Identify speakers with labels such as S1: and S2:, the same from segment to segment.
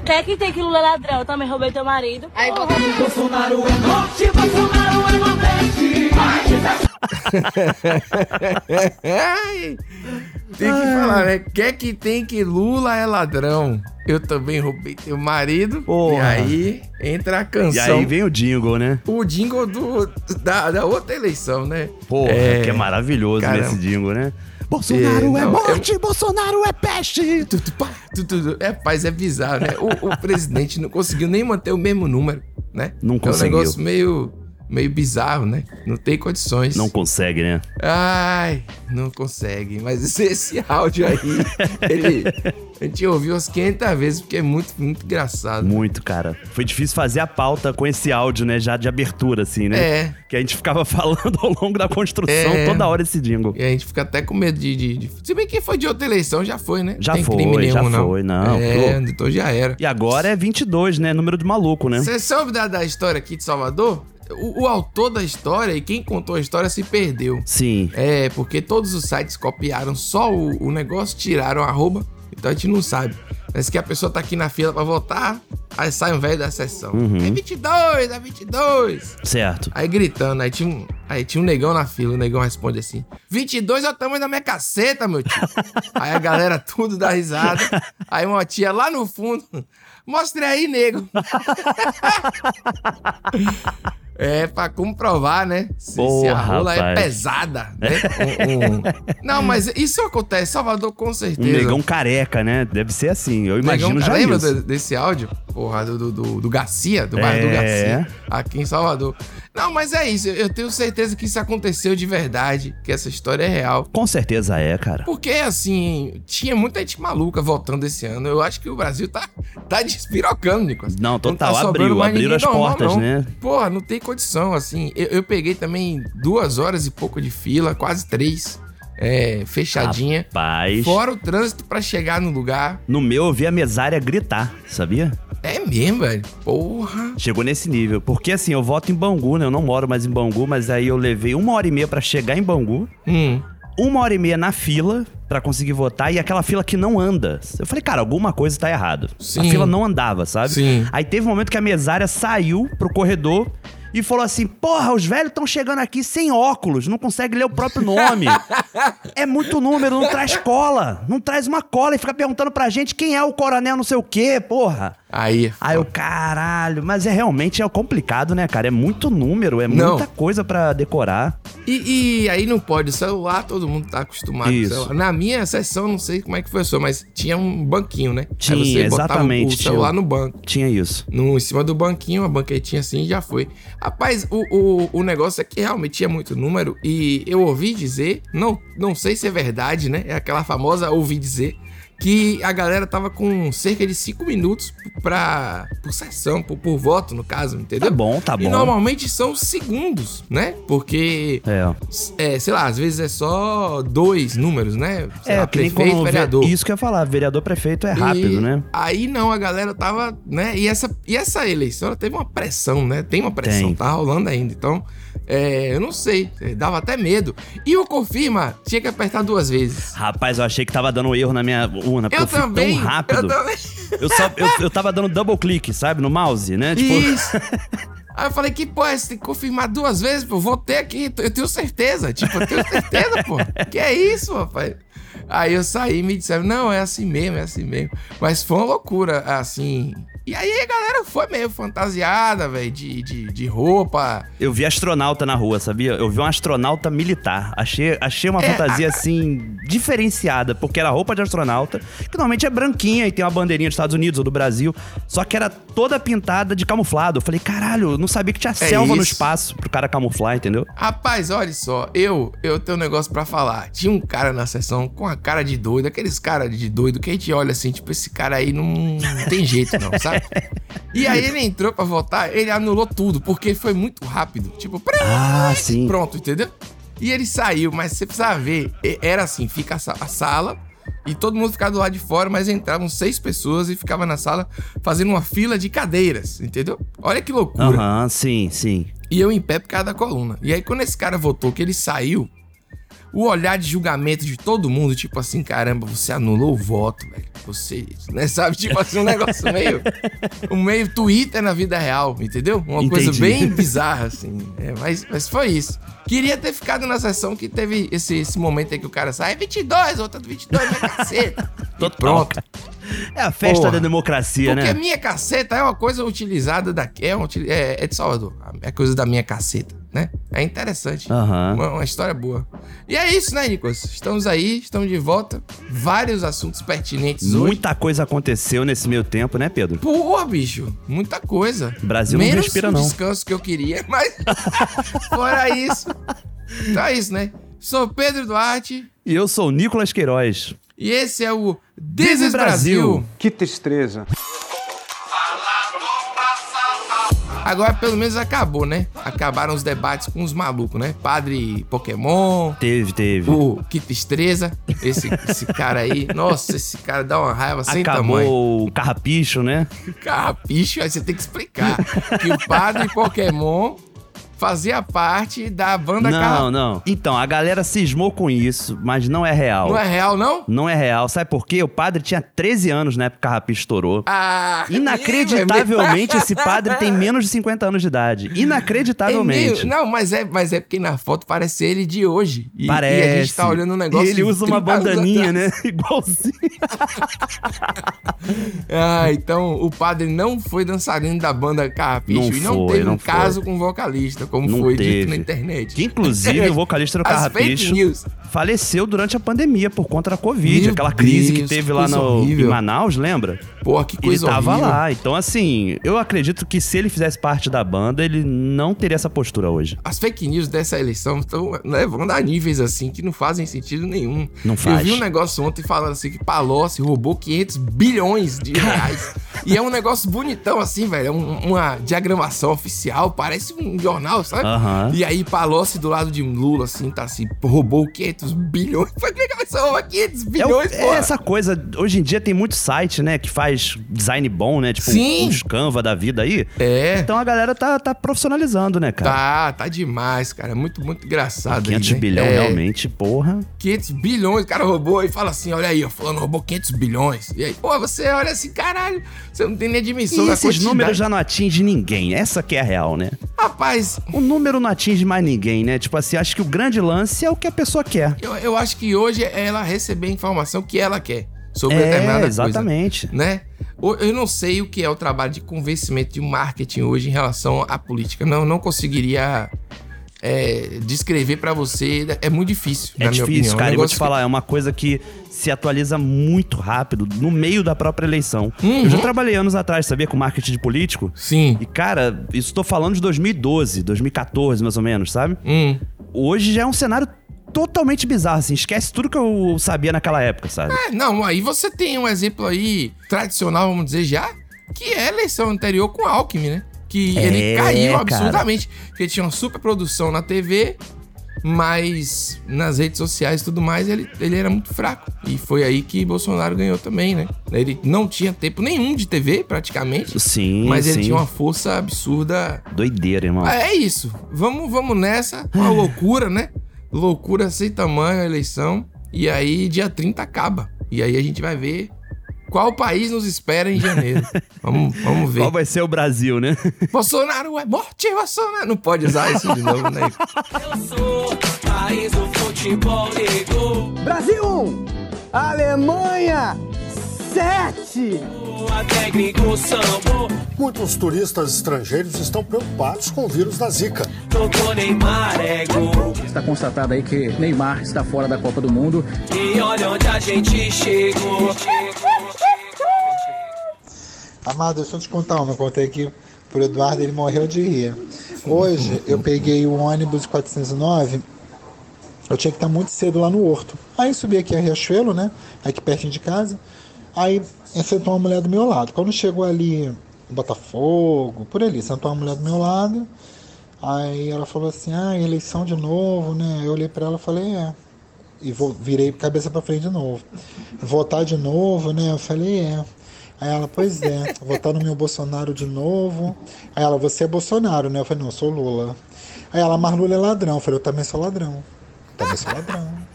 S1: Até que tem que Lula é ladrão, eu também roubei teu marido.
S2: Aí bota.
S3: Bolsonaro é norte, Bolsonaro é nordeste.
S4: Tem que falar, né? Quer que tem que Lula é ladrão. Eu também roubei teu marido. E
S5: Porra.
S4: aí entra a
S5: E
S4: canção.
S5: aí vem o jingle, né?
S4: o jingle do, da, da outra eleição, né?
S5: Porra,
S4: É.
S5: que é maravilhoso
S4: Caramba.
S5: nesse jingle, né? Bolsonaro é,
S4: não,
S5: morte, Bolsonaro é peste!
S4: Tu, tu, pá, tu, tu, tu. É, paz, é bizarro, né? O, o presidente não conseguiu nem manter o mesmo número, né?
S5: Não
S4: É um
S5: conseguiu.
S4: negócio meio, meio bizarro, né? Não tem condições.
S5: Não consegue, né?
S4: Ai, não consegue. Mas esse, esse áudio aí, ele, a gente ouviu umas 500 vezes, porque é muito, muito engraçado.
S5: Muito, cara. Foi difícil fazer a pauta com esse áudio, né? Já de abertura, assim, né?
S4: É,
S5: Que a gente ficava falando ao longo da construção
S4: É.
S5: toda hora esse jingle.
S4: e a gente fica até com medo de, de, de- Se bem que foi de outra eleição, já foi, né?
S5: Já
S4: Tem
S5: foi,
S4: crime
S5: já
S4: nenhum,
S5: foi, não,
S4: É, então já era.
S5: E agora é 22, né? Número de maluco, né?
S4: Você soube da, da história aqui de Salvador? O, o autor da história e quem contou a história se perdeu.
S5: Sim.
S4: É, porque todos os sites copiaram só o, o negócio, tiraram a arroba, então a gente não sabe. Parece que a pessoa tá aqui na fila pra votar, aí sai um velho da sessão.
S5: Uhum.
S4: É 22, é 22.
S5: Certo.
S4: Aí gritando, aí tinha, um, aí tinha um negão na fila, o negão responde assim: 22 é o tamanho da minha caceta, meu tio. aí a galera tudo dá risada. Aí uma tia lá no fundo: Mostre aí, nego. É, pra comprovar, né? Se, se
S5: Porra,
S4: a rola é
S5: rapaz.
S4: pesada, né? Um- um- Não, mas isso acontece. Salvador, com
S5: Um
S4: certeza.
S5: negão careca, né? Deve ser assim. Eu imagino
S4: Negão, tá-
S5: já
S4: lembra
S5: isso.
S4: de- desse áudio? Porra, do, do, do- do Garcia, do bar do
S5: É.
S4: Garcia, aqui em Salvador. Não, mas é isso, eu tenho certeza que isso aconteceu de verdade, que essa história é real.
S5: Com certeza é, cara.
S4: Porque, assim, tinha muita gente maluca voltando esse ano. Eu acho que o Brasil tá, tá despirocando, Nicolas.
S5: Não, total,
S4: Tá sobrando
S5: abriu,
S4: mais
S5: abriram
S4: ninguém
S5: as
S4: normal,
S5: portas,
S4: não.
S5: né?
S4: Porra, não tem condição, assim. Eu, eu peguei também duas horas e pouco de fila, quase três, é, fechadinha.
S5: Paz.
S4: Fora o trânsito pra chegar no lugar.
S5: No meu, eu vi a mesária gritar, sabia?
S4: É mesmo, velho. Porra.
S5: Chegou nesse nível. Porque assim, eu voto em Bangu, né? Eu não moro mais em Bangu, mas aí eu levei uma hora e meia pra chegar em Bangu,
S4: Hum.
S5: uma hora e meia na fila pra conseguir votar e aquela fila que não anda. Eu falei, cara, alguma coisa tá errado. A
S4: Sim.
S5: fila não andava, sabe?
S4: Sim.
S5: Aí teve um momento que a mesária saiu pro corredor e falou assim: Porra, os velhos estão chegando aqui sem óculos, não consegue ler o próprio nome. é muito número, não traz cola. Não traz uma cola e fica perguntando pra gente quem é o coronel não sei o quê, porra.
S4: Aí.
S5: Aí eu, caralho, mas é realmente é complicado, né, cara? É muito número, é
S4: Não.
S5: muita coisa pra decorar.
S4: E, e aí não pode o celular, todo mundo tá acostumado
S5: Isso.
S4: com o celular. Na minha sessão, não sei como é que foi a sua, mas tinha um banquinho, né?
S5: Tinha,
S4: aí você botava
S5: exatamente,
S4: o celular
S5: tinha.
S4: no banco.
S5: Tinha isso.
S4: No, em cima do banquinho, uma banquetinha assim e já foi. Rapaz, o, o, o negócio é que realmente tinha muito número e eu ouvi dizer, não, não sei se é verdade, né? É aquela famosa ouvi dizer, que a galera tava com cerca de 5 minutos pra, por sessão, por, por voto, no caso,
S5: Tá
S4: entendeu?
S5: bom, tá
S4: E
S5: bom.
S4: normalmente são segundos, né? Porque
S5: É.
S4: é, sei lá, às vezes é só dois números, né? Sei
S5: É,
S4: lá,
S5: que nem quando o ve- Isso que eu ia falar, vereador prefeito é rápido,
S4: E
S5: né?
S4: Aí não, a galera tava, né? E essa, e essa eleição ela teve uma pressão, né? Tem uma pressão,
S5: Tem.
S4: tá rolando ainda. Então, é, eu não sei, é, dava até medo. E o confirma, tinha que apertar duas vezes.
S5: Rapaz, eu achei que tava dando erro na minha urna, porque eu,
S4: Eu
S5: fui
S4: também.
S5: tão rápido.
S4: Eu
S5: Eu,
S4: também.
S5: só, eu, eu tava dando double clique, sabe, no mouse, né? Tipo,
S4: Isso. Aí eu falei, que porra, você tem que confirmar duas vezes, pô. Voltei aqui, eu tenho certeza. Tipo, eu tenho certeza, pô. Que é isso, rapaz? Aí eu saí e me disseram, não, é assim mesmo, é assim mesmo. Mas foi uma loucura, assim. E aí a galera foi meio fantasiada, velho, de, de, de roupa.
S5: eu vi astronauta na rua, sabia? Eu vi um astronauta militar. Achei, achei uma
S4: É,
S5: fantasia, assim, diferenciada, porque era roupa de astronauta, que normalmente é branquinha e tem uma bandeirinha dos Estados Unidos ou do Brasil, só que era toda pintada de camuflado. Eu falei, caralho, eu não sabia que tinha selva no
S4: É isso.
S5: espaço pro cara camuflar, entendeu?
S4: Rapaz, olha só, eu eu tenho um negócio pra falar. Tinha um cara na sessão com a cara de doido, aqueles caras de doido que a gente olha assim, tipo, esse cara aí não, não tem jeito não, sabe? E aí ele entrou pra votar, ele anulou tudo, porque foi muito rápido. Tipo, prrr,
S5: Ah, sim.
S4: pronto, entendeu? E ele saiu, mas você precisa ver, e- era assim, fica a sa- a sala e todo mundo ficava do lado de fora, mas entravam seis pessoas e ficava na sala fazendo uma fila de cadeiras, entendeu? Olha que loucura.
S5: Aham, sim, sim.
S4: E eu em pé por causa da coluna. E aí, quando esse cara votou que ele saiu, o olhar de julgamento de todo mundo, tipo assim, caramba, você anulou o voto, velho. Você, né, sabe? Tipo assim, um negócio meio. Um meio Twitter na vida real, entendeu? Uma
S5: Entendi.
S4: coisa bem bizarra, assim. É, mas, mas foi isso. Queria ter ficado na sessão que teve esse, esse momento aí que o cara sai, "É 22, outra do 22, minha caceta. E pronto.
S5: É a festa
S4: Porra.
S5: da democracia,
S4: Porque a
S5: né?
S4: minha caceta é uma coisa utilizada daqui. É, uma uti- é, é de Salvador. É coisa da minha caceta, né? É interessante.
S5: Aham.
S4: Uma, uma história boa. E é isso, né, Nicolas? Estamos aí, estamos de volta. Vários assuntos pertinentes hoje.
S5: Muita coisa aconteceu nesse meio tempo, né, Pedro?
S4: Porra, bicho. Muita coisa.
S5: O Brasil não
S4: Menos
S5: respira,
S4: o
S5: não.
S4: descanso que eu queria, mas. fora isso. Então é isso, né? Sou Pedro Duarte
S5: E eu sou o Nicolas Queiroz.
S4: e esse é o This,
S5: This
S4: is Brasil.
S5: Brasil.
S2: Que tristeza.
S4: Agora pelo menos acabou, né? Acabaram os debates com os malucos, né? Padre Pokémon,
S5: Teve, teve.
S4: o Que Tristeza, esse, esse cara aí. Nossa, esse cara dá uma raiva sem tamanho.
S5: Acabou o carrapicho, né?
S4: Carrapicho, aí você tem que explicar que o Padre Pokémon fazia parte da banda
S5: Não,
S4: Carrapicho.
S5: não. Então, a galera cismou com isso, mas não é real.
S4: Não é real, não?
S5: Não é real. Sabe por quê? O padre tinha 13 anos na época que o carrapicho estourou.
S4: Ah,
S5: Inacreditavelmente, esse padre tem menos de 50 anos de idade.
S4: Tem meio-
S5: Inacreditavelmente.
S4: Não, mas é, mas é porque na foto parece ele de hoje. E,
S5: Parece.
S4: E a gente tá olhando um negócio.
S5: E ele
S4: de
S5: usa uma
S4: 30 anos
S5: bandaninha,
S4: atrás.
S5: né? Igualzinho.
S4: Ah, então o padre não foi dançarino da banda Carrapicho
S5: Não
S4: e não
S5: foi,
S4: teve um
S5: não foi.
S4: caso com vocalista, como
S5: Não
S4: foi dito
S5: teve.
S4: na internet.
S5: Que, inclusive, o vocalista do
S4: As fake
S5: carrapicho
S4: news.
S5: faleceu durante a pandemia por conta da Covid.
S4: Meu
S5: aquela crise
S4: Deus,
S5: que teve
S4: que
S5: lá
S4: coisa
S5: no, em
S4: horrível.
S5: Manaus, lembra?
S4: Porra, que
S5: Ele
S4: coisa
S5: tava
S4: horrível.
S5: lá. Então, assim, eu acredito que se ele fizesse parte da banda, ele não teria essa postura hoje.
S4: As fake news dessa eleição estão levando a níveis assim que não fazem sentido nenhum.
S5: Não
S4: Eu
S5: faz.
S4: vi um negócio ontem falando assim que Palocci roubou 500 bilhões de reais. e é um negócio bonitão assim, velho. É um- uma diagramação oficial, parece um jornal, sabe?
S5: Aham.
S4: E aí Palocci do lado de Lula, assim, tá assim, roubou 500 bilhões. Foi que vai roubar 500
S5: É, o-
S4: bilhões,
S5: é
S4: porra?
S5: essa coisa, hoje em dia tem muito site, né, que faz design bom, né? Tipo,
S4: Sim.
S5: uns Canva da vida aí.
S4: É.
S5: Então a galera tá, tá profissionalizando, né, cara?
S4: Tá, tá demais, cara. Muito, muito engraçado.
S5: 500
S4: aí, né?
S5: bilhão, Um
S4: É,
S5: realmente, porra.
S4: 500 bilhões, o cara roubou e fala assim: olha aí, ó, falando roubou 500 bilhões. E aí, pô, você olha assim, caralho, você não tem nem
S5: E
S4: admissão da
S5: esses
S4: é quantidade.
S5: números já não atingem ninguém. Essa que é a real, né?
S4: Rapaz,
S5: O número não atinge mais ninguém, né? Tipo assim, acho que o grande lance é o que a pessoa quer.
S4: eu, eu acho que hoje é ela receber a informação que ela quer sobre determinada
S5: É,
S4: coisa.
S5: exatamente.
S4: Né? O- Eu não sei o que é o trabalho de convencimento de marketing hoje em relação à política. Não, não conseguiria é, descrever pra você. É muito difícil,
S5: É
S4: na minha opinião.
S5: difícil,
S4: É um
S5: cara. Eu vou
S4: negócio
S5: te
S4: que-
S5: falar, é uma coisa que se atualiza muito rápido, no meio da própria eleição.
S4: Uhum.
S5: Eu já trabalhei anos atrás, sabia, com marketing de político.
S4: Sim.
S5: E, cara, isso tô falando de 2012, 2014, mais ou menos, sabe?
S4: Hum.
S5: Hoje já é um cenário totalmente bizarro, assim. Esquece tudo que eu sabia naquela época, sabe?
S4: É, não, aí você tem um exemplo aí tradicional, vamos dizer já, que é a eleição anterior com Alckmin, né? Que
S5: É,
S4: ele caiu
S5: cara.
S4: absurdamente, porque tinha uma super produção na TV, mas nas redes sociais e tudo mais ele, ele era muito fraco. E foi aí que Bolsonaro ganhou também, né? Ele não tinha tempo nenhum de TV, praticamente,
S5: Sim,
S4: mas
S5: sim.
S4: ele tinha uma força absurda.
S5: Doideira, irmão.
S4: Ah, é isso, vamos, vamos nessa,
S5: Ah.
S4: uma loucura, né? Loucura sem tamanho a eleição. E aí, dia 30 acaba. E aí a gente vai ver qual país nos espera em janeiro. vamos, vamos ver.
S5: Qual vai ser o Brasil, né?
S4: Bolsonaro é morte, Bolsonaro. Não pode usar isso de novo, né?
S3: Eu sou país do futebol de gol.
S2: Brasil 1, Alemanha 7.
S3: Até gringo sambou.
S6: Muitos turistas estrangeiros estão preocupados com o vírus da Zika.
S3: Tocou Neymar é gol.
S7: Está Tá constatado aí que Neymar está fora da Copa do Mundo.
S3: E olha onde a gente chegou.
S8: Amado, deixa eu te contar uma. Eu Contei aqui pro Eduardo, ele morreu de rir. Hoje, eu peguei o ônibus 409. Eu tinha que estar muito cedo lá no Horto. Aí subi aqui a Riachuelo, né? Aqui pertinho de casa. Aí sentou uma mulher do meu lado. Quando chegou ali em Botafogo, por ali, sentou uma mulher do meu lado. Aí ela falou assim: ah, eleição de novo, né? Eu olhei pra ela e falei: é. E vou, virei cabeça pra frente de novo. Votar de novo, né? Eu falei: é. Aí ela, pois é, votar no meu Bolsonaro de novo. Aí ela, você é Bolsonaro, né? Eu falei: não, eu sou Lula. Aí ela, mas Lula é ladrão. Eu falei: eu também sou ladrão. Também sou ladrão.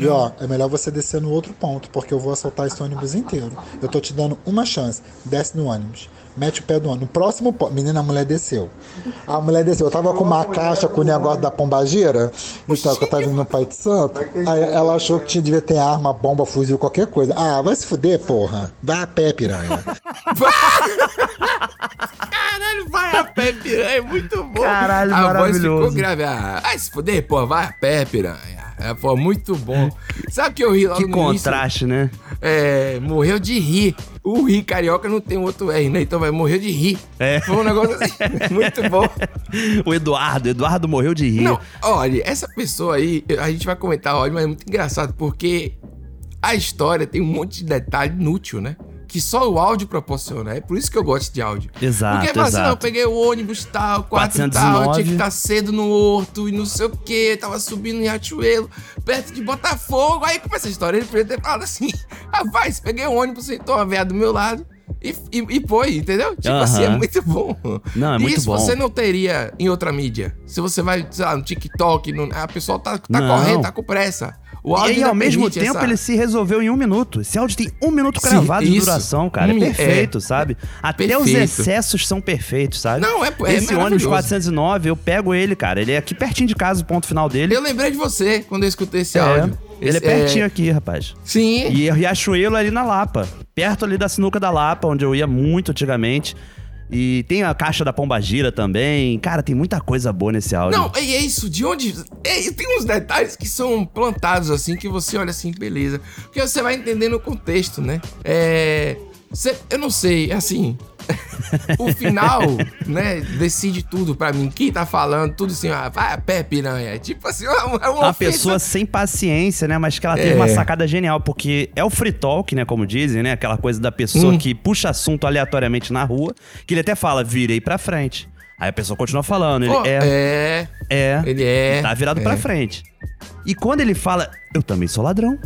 S8: E ó, é melhor você descer no outro ponto, porque eu vou assaltar esse ônibus inteiro. Eu tô te dando uma chance. Desce no ônibus. Mete o pé do ônibus. No próximo ponto. Menina, a mulher desceu. A mulher desceu. Eu tava com uma caixa com o negócio da pombageira. Então, que eu tava indo no Pai de Santo. Aí ela achou que tinha, devia ter arma, bomba, fuzil, qualquer coisa. Ah, vai se fuder, porra. Vai a pé, piranha.
S4: Caralho, vai a pé, piranha, é muito bom.
S5: Caralho,
S4: a
S5: maravilhoso.
S4: voz ficou grave. Ah, vai se fuder, pô, vai a pé, piranha. É, pô, muito bom. Sabe o que eu ri logo
S5: Que
S4: no início?
S5: contraste, né?
S4: É, morreu de rir. O rir carioca não tem outro R, né? Então vai morrer de rir.
S5: É.
S4: Foi um negócio assim, muito bom.
S5: O Eduardo, Eduardo morreu de rir.
S4: Não, olha, essa pessoa aí, a gente vai comentar, olha, mas é muito engraçado, porque a história tem um monte de detalhe inútil, né? Que só o áudio proporciona. É por isso que eu gosto de áudio.
S5: Exato,
S4: Porque fala assim, não, eu
S5: exato.
S4: peguei o ônibus tal, 4 e tal, eu tinha que
S5: 419.
S4: estar cedo no horto e não sei o quê, eu tava subindo em Riachuelo, perto de Botafogo. Aí começa a história, ele podia ter falado assim, rapaz, peguei o ônibus, sentou uma velha do meu lado e, e, e foi, entendeu? Tipo assim, é
S5: Aham.
S4: muito bom.
S5: Não, é muito
S4: Isso
S5: bom.
S4: você não teria em outra mídia. Se você vai, sei lá, no TikTok, no- a pessoa tá, tá
S5: Não.
S4: correndo, tá com pressa. O
S5: E
S4: áudio
S5: aí,
S4: ainda
S5: ao mesmo
S4: permite
S5: tempo,
S4: essa-
S5: ele se resolveu em um minuto. Esse áudio tem um minuto
S4: Sim,
S5: cravado de
S4: isso.
S5: duração, cara.
S4: Hum,
S5: é perfeito, sabe? Até os
S4: Perfeito.
S5: excessos são perfeitos, sabe?
S4: Não, é- é
S5: Esse ônibus
S4: maravilhoso.
S5: 409, eu pego ele, cara. Ele é aqui pertinho de casa, o ponto final dele.
S4: Eu lembrei de você quando eu escutei esse
S5: É.
S4: áudio.
S5: Ele é
S4: Esse-
S5: pertinho aqui, rapaz.
S4: Sim.
S5: E é Riachuelo ali na Lapa. Perto ali da sinuca da Lapa, onde eu ia muito antigamente. E tem a caixa da Pombagira também. Cara, tem muita coisa boa nesse áudio.
S4: Não, é é isso, de onde. é, e tem uns detalhes que são plantados assim, que você olha assim, beleza. Porque você vai entendendo o contexto, né? É. cê- eu não sei, assim. o final, né, decide tudo pra mim. Quem tá falando, tudo assim, ó, vai a pé, piranha. É Tipo assim, é uma, é uma
S5: uma
S4: ofensa.
S5: pessoa sem paciência, né? Mas que ela teve
S4: É.
S5: uma sacada genial, porque é o free talk, né? Como dizem, né? Aquela coisa da pessoa
S4: Hum.
S5: que puxa assunto aleatoriamente na rua, que ele até fala, virei pra frente. Aí a pessoa continua falando, ele
S4: Pô,
S5: é,
S4: é,
S5: é,
S4: ele é.
S5: tá virado
S4: é.
S5: pra frente. E quando ele fala, eu também sou ladrão,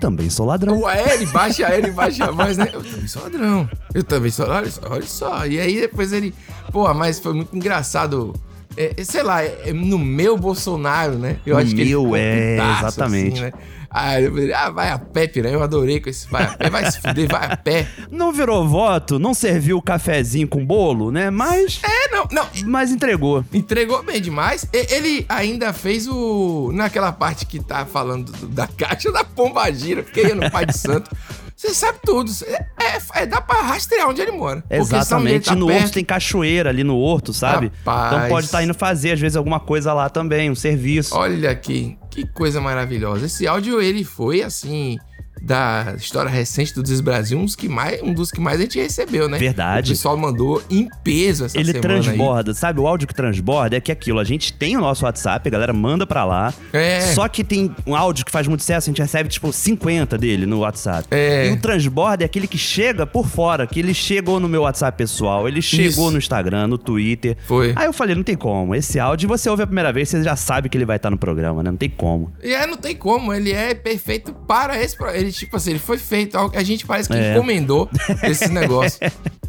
S5: também sou ladrão.
S4: O L, baixa ele, baixa a voz, né? Eu também sou ladrão. Eu também sou olha só, olha só. E aí depois ele. Pô, mas foi muito engraçado. É, é, sei lá, é, é no meu Bolsonaro, né? Eu
S5: No
S4: acho que ele
S5: meu,
S4: ficou
S5: é,
S4: putaço,
S5: exatamente.
S4: né? Aí eu falei, ah, vai a pé, piranha. Eu adorei com esse vai a pé. Vai se fuder, vai a pé.
S5: Não virou voto, não serviu o cafezinho com bolo, né? Mas,
S4: É, não, não.
S5: mas entregou.
S4: Entregou bem demais. E- Ele ainda fez o. Naquela parte que tá falando do- da caixa da pombagira, porque ia no Pai de Santo. Você sabe tudo. Cê- É, é- dá pra rastrear onde ele mora. Porque São Miguel
S5: Exatamente.
S4: tá
S5: e no
S4: perto.
S5: Horto tem cachoeira ali no Horto, sabe?
S4: Rapaz.
S5: Então pode estar indo fazer, às vezes, alguma coisa lá também, um serviço.
S4: Olha aqui, que coisa maravilhosa. Esse áudio, ele foi, assim, da história recente do Diz Brasil, uns que mais, um dos que mais a gente recebeu, né?
S5: Verdade.
S4: O pessoal mandou em peso essa
S5: Ele
S4: semana
S5: transborda, sabe? O áudio que transborda é que é aquilo, a gente tem o nosso WhatsApp, a galera manda pra lá.
S4: aí. É,
S5: Só que tem um áudio que faz muito sucesso, a gente recebe tipo 50 dele no WhatsApp.
S4: É.
S5: E o transborda é aquele que chega por fora, que ele chegou no meu WhatsApp pessoal, ele chegou
S4: Isso.
S5: no Instagram, no Twitter.
S4: foi.
S5: Aí eu falei, não tem como. Esse áudio você ouve a primeira vez, você já sabe que ele vai estar no programa, né? Não tem como.
S4: E aí não tem como, ele é perfeito para esse... pro- Ele, tipo assim, ele foi feito, algo que a gente parece que
S5: É.
S4: encomendou esse negócio.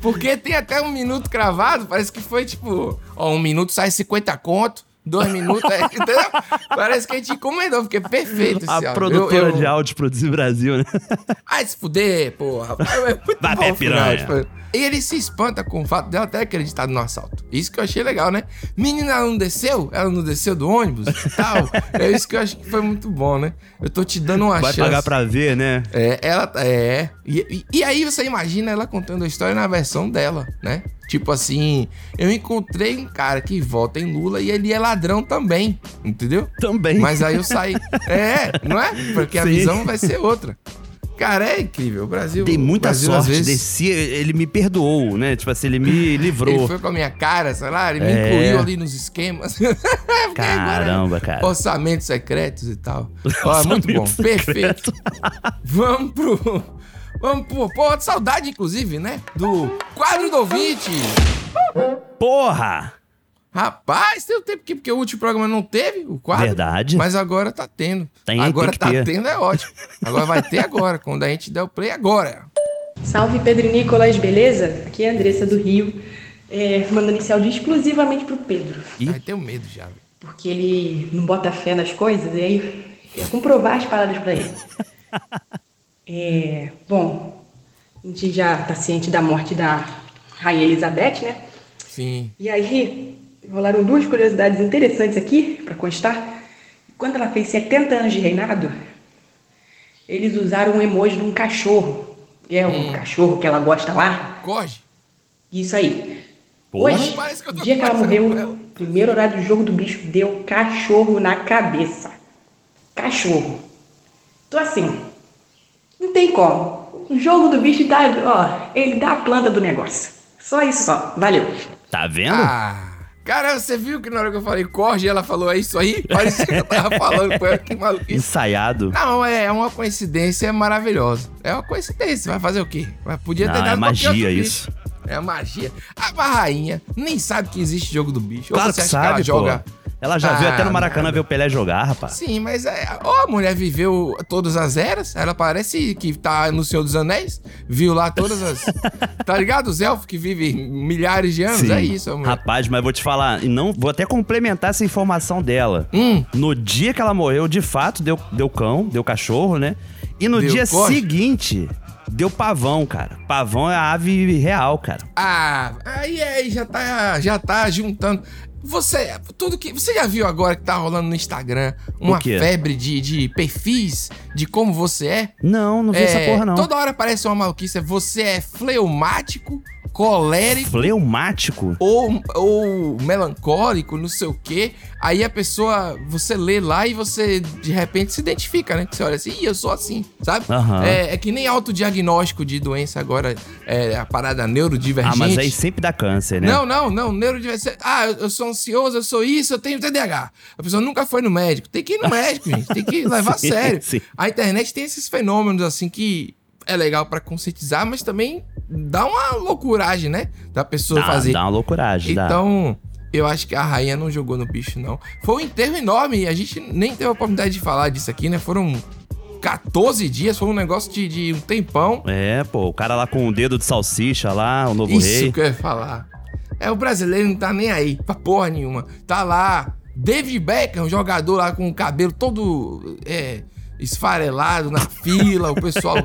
S4: Porque tem até um minuto cravado, parece que foi, tipo... Ó, um minuto sai 50 conto, dois minutos... é, entendeu? Parece que a gente encomendou, porque é perfeito esse
S5: A
S4: áudio. Eu-
S5: produtora
S4: eu-
S5: de áudio produzir Brasil, né?
S4: Ai, se fuder, porra. É muito
S5: Vai,
S4: bom
S5: pé
S4: o final,
S5: piranha.
S4: tipo, E ele se espanta com o fato dela ter acreditado no assalto. Isso que eu achei legal, né? Menina, ela não desceu? Ela não desceu do ônibus e tal? É isso que eu acho que foi muito bom, né? Eu tô te dando uma
S5: Vai
S4: chance.
S5: pagar pra ver, né?
S4: É, ela tá. É. E, e- e aí você imagina ela contando a história na versão dela, né? Tipo assim, eu encontrei um cara que vota em Lula e ele é ladrão também, entendeu?
S5: Também.
S4: Mas aí eu saí. É, não é? Porque a
S5: Sim.
S4: visão vai ser outra. Cara, é incrível. O Brasil.
S5: Dei muita
S4: o Brasil, às
S5: sorte
S4: vezes,
S5: desse. Ele me perdoou, né? Tipo assim, ele me
S4: Ele
S5: livrou.
S4: foi com a minha cara, sei lá, ele me
S5: É.
S4: incluiu ali nos esquemas. Porque agora-
S5: Caramba, cara.
S4: Orçamentos secretos e tal. Ó, muito bom.
S5: Orçamentos
S4: Perfeito. Vamos pro. Vamos pro. Pô, saudade, inclusive, né? Do quadro do ouvinte.
S5: Porra!
S4: Rapaz, tem um tempo que. Porque o último programa não teve o quadro.
S5: Verdade.
S4: Mas agora tá tendo.
S5: Tem,
S4: agora
S5: tem que
S4: tá
S5: ter.
S4: tendo, é ótimo. Agora vai ter agora, quando a gente der o play agora.
S9: Salve Pedro e Nicolas, beleza? Aqui é a Andressa do Rio, é, mandando esse áudio exclusivamente pro Pedro,
S5: Ih.
S4: Aí tem medo um já. velho.
S9: porque ele não bota fé nas coisas e aí Eu ia comprovar as paradas pra ele. É, bom, a gente já tá ciente da morte da Rainha Elizabeth, né?
S4: Sim.
S9: E aí, rolaram duas curiosidades interessantes aqui, para constar. Quando ela fez 70 anos de reinado, eles usaram um emoji de um cachorro. que É um cachorro que ela gosta lá.
S4: Corre.
S9: Isso aí.
S5: Porra.
S9: Hoje,
S4: Parece que eu tô
S9: dia que ela
S4: conversando
S9: morreu,
S4: com ela.
S9: primeiro horário do jogo do bicho, deu cachorro na cabeça. Cachorro. Então assim, não tem como. O jogo do bicho dá, ó, ele dá a planta do negócio. Só isso só. Valeu.
S5: Tá vendo?
S4: Ah. Cara, você viu que na hora que eu falei corre, ela falou é isso aí? Parecia que eu tava falando com ela, que maluquice.
S5: Ensaiado.
S4: Não, é uma coincidência maravilhosa. É uma coincidência, vai fazer o quê? Mas podia
S5: Não,
S4: ter dado
S5: é
S4: qualquer
S5: magia
S4: outro bicho.
S5: isso.
S4: É magia. A barrainha nem sabe que existe jogo do bicho. Ou
S5: Claro
S4: você
S5: que
S4: acha
S5: sabe,
S4: que ela joga.
S5: pô. Ela já veio
S4: Ah,
S5: até no Maracanã ver o Pelé jogar, rapaz.
S4: Sim, mas é, ó, a mulher viveu todas as eras. Ela parece que tá no Senhor dos Anéis. Viu lá todas as. tá ligado? Os elfos que vivem milhares de anos. É isso, a mulher.
S5: Rapaz, mas vou te falar, e não, vou até complementar essa informação dela.
S4: Hum.
S5: No dia que ela morreu, de fato, deu, deu cão, deu cachorro, né? E no
S4: Deu
S5: dia
S4: corte.
S5: seguinte, deu pavão, cara. Pavão é a ave real, cara.
S4: Ah, aí, aí já tá, já tá juntando. Você, tudo que você já viu agora que tá rolando no Instagram, uma
S5: O quê?
S4: febre de, de perfis de como você é?
S5: Não, não vi
S4: É,
S5: essa porra, não.
S4: Toda hora aparece uma maluquice, você é fleumático, colérico
S5: Fleumático?
S4: ou, ou melancólico, não sei o quê. Aí a pessoa, você lê lá e você de repente se identifica, né? Que você olha assim, Ih, eu sou assim, sabe?
S5: Aham.
S4: É, é que nem autodiagnóstico de doença agora, é, a parada neurodivergente.
S5: Ah, mas aí sempre dá câncer, né?
S4: Não, não, não. Neurodiversidade. Ah, eu, eu sou ansioso, eu sou isso, eu tenho TDAH. A pessoa nunca foi no médico. Tem que ir no médico, gente. Tem que levar a
S5: Sim,
S4: sério.
S5: sim.
S4: A internet tem esses fenômenos, assim, que é legal pra conscientizar, mas também dá uma loucuragem, né? Da pessoa
S5: dá,
S4: fazer.
S5: dá uma loucuragem, dá.
S4: Então, eu acho que a rainha não jogou no bicho, não. Foi um enterro enorme. A gente nem teve a oportunidade de falar disso aqui, né? Foram 14 dias, foi um negócio de, de um tempão.
S5: É, pô, o cara lá com o dedo de salsicha lá, o novo
S4: Isso
S5: rei.
S4: que eu ia falar. É, o brasileiro não tá nem aí pra porra nenhuma. Tá lá, David Beckham, um jogador lá com o cabelo todo é, esfarelado na fila, o pessoal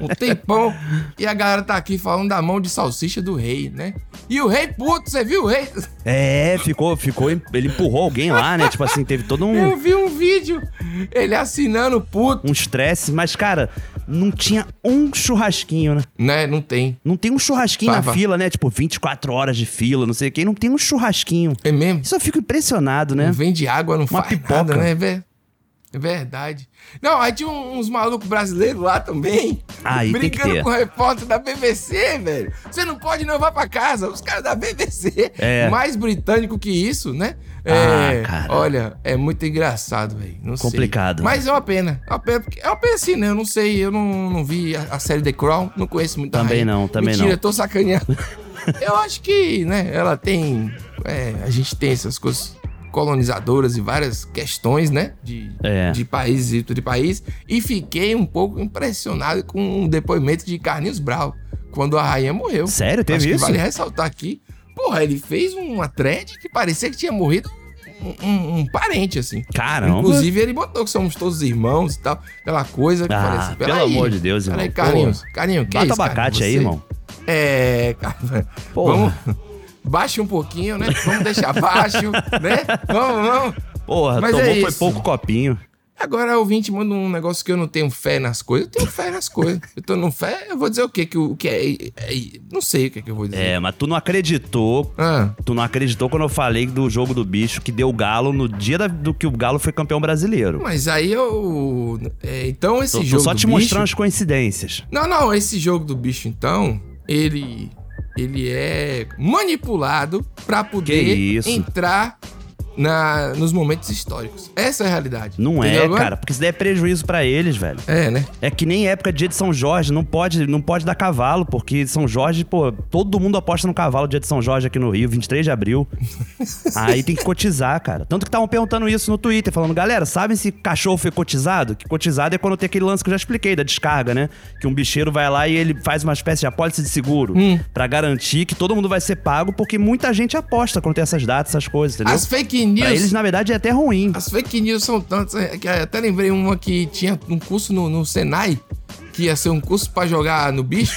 S4: um tempão. E a galera tá aqui falando da mão de salsicha do rei, né? E o rei puto, você viu o rei?
S5: É, ficou, ficou, ele empurrou alguém lá, né? Tipo assim, teve todo um...
S4: Eu vi um vídeo, ele assinando puto.
S5: um estresse, mas, cara, não tinha um churrasquinho, né?
S4: Né, não tem.
S5: Não tem um churrasquinho
S4: Pava.
S5: na fila, né? Tipo, 24 horas de fila, não sei o quê. Não tem um churrasquinho.
S4: É mesmo?
S5: Isso eu fico impressionado, né?
S4: Não vende água, não
S5: Uma
S4: faz
S5: pipoca.
S4: nada, né? É ver- É verdade. Não, aí tinha um- uns malucos brasileiros lá também.
S5: Aí tem que
S4: brincando
S5: ter.
S4: com o repórter da BBC, velho. Você não pode não, vá pra casa. Os caras da BBC.
S5: É.
S4: Mais britânico que isso, né?
S5: Ah, cara.
S4: Olha, é muito engraçado, velho. Não sei.
S5: Complicado. né?
S4: Mas é uma pena. É uma pena, porque- é uma pena assim, né? Eu não sei, eu não, não vi a, a série The Crown, não conheço muito a
S5: Também
S4: rainha.
S5: não, também
S4: Mentira,
S5: não.
S4: eu tô sacaneando. Eu acho que, né, ela tem. é, a gente tem essas coisas colonizadoras e várias questões, né? De,
S5: É.
S4: de país e de país. E fiquei um pouco impressionado com um depoimento de Carlinhos Brau, quando a rainha morreu.
S5: Sério? Teve
S4: acho que
S5: isso?
S4: vale ressaltar aqui. Porra, ele fez uma thread que parecia que tinha morrido um, um- um parente, assim.
S5: Caramba.
S4: Inclusive, ele botou que somos todos irmãos e tal. Aquela coisa que
S5: Ah,
S4: parece.
S5: pelo
S4: peraí,
S5: amor de Deus, irmão.
S4: Peraí, Carlinhos. Carlinhos, que
S5: Bata
S4: é isso,
S5: abacate
S4: Carlinhos?
S5: aí,
S4: Você-
S5: irmão.
S4: é, cara.
S5: Porra.
S4: Vamos. Baixa um pouquinho, né? Vamos deixar baixo, né? Vamos, vamos.
S5: Porra,
S4: Mas
S5: tomou
S4: é
S5: foi
S4: isso.
S5: pouco copinho.
S4: Agora, ouvinte, manda um negócio que eu não tenho fé nas coisas. Eu tenho fé nas coisas. Eu tô no fé, eu vou dizer o que que, o que é, é- Não sei o que, que eu vou dizer.
S5: É, mas tu não acreditou.
S4: Ah,
S5: Tu não acreditou quando eu falei do jogo do bicho que deu o galo no dia da- do que o galo foi campeão brasileiro.
S4: mas aí eu. é, então esse
S5: Tô, tô
S4: jogo.
S5: só
S4: do
S5: te
S4: bicho-
S5: mostrando as coincidências.
S4: Não, não, esse jogo do bicho, então, ele. Ele é manipulado pra poder
S5: isso?
S4: entrar na, nos momentos históricos. Essa é a realidade.
S5: Não
S4: Entendeu
S5: é,
S4: agora?
S5: cara, porque isso daí é prejuízo pra eles, velho.
S4: É, né?
S5: É que nem época de dia de São Jorge, não pode, não pode dar cavalo, porque São Jorge, pô, todo mundo aposta no cavalo dia de São Jorge aqui no Rio, 23 de abril. Aí tem que cotizar, cara. Tanto que estavam perguntando isso no Twitter, falando, galera, sabem se cachorro foi cotizado? Que cotizado é quando tem aquele lance que eu já expliquei, da descarga, né? Que um bicheiro vai lá e ele faz uma espécie de apólice de seguro
S4: Hum.
S5: pra garantir que todo mundo vai ser pago, porque muita gente aposta quando tem essas datas, essas coisas, entendeu?
S4: As fake fake news.
S5: Pra eles, na verdade, é até ruim.
S4: As fake news são tantas é, que eu até lembrei uma que tinha um curso no, no Senai, que ia ser um curso pra jogar no bicho,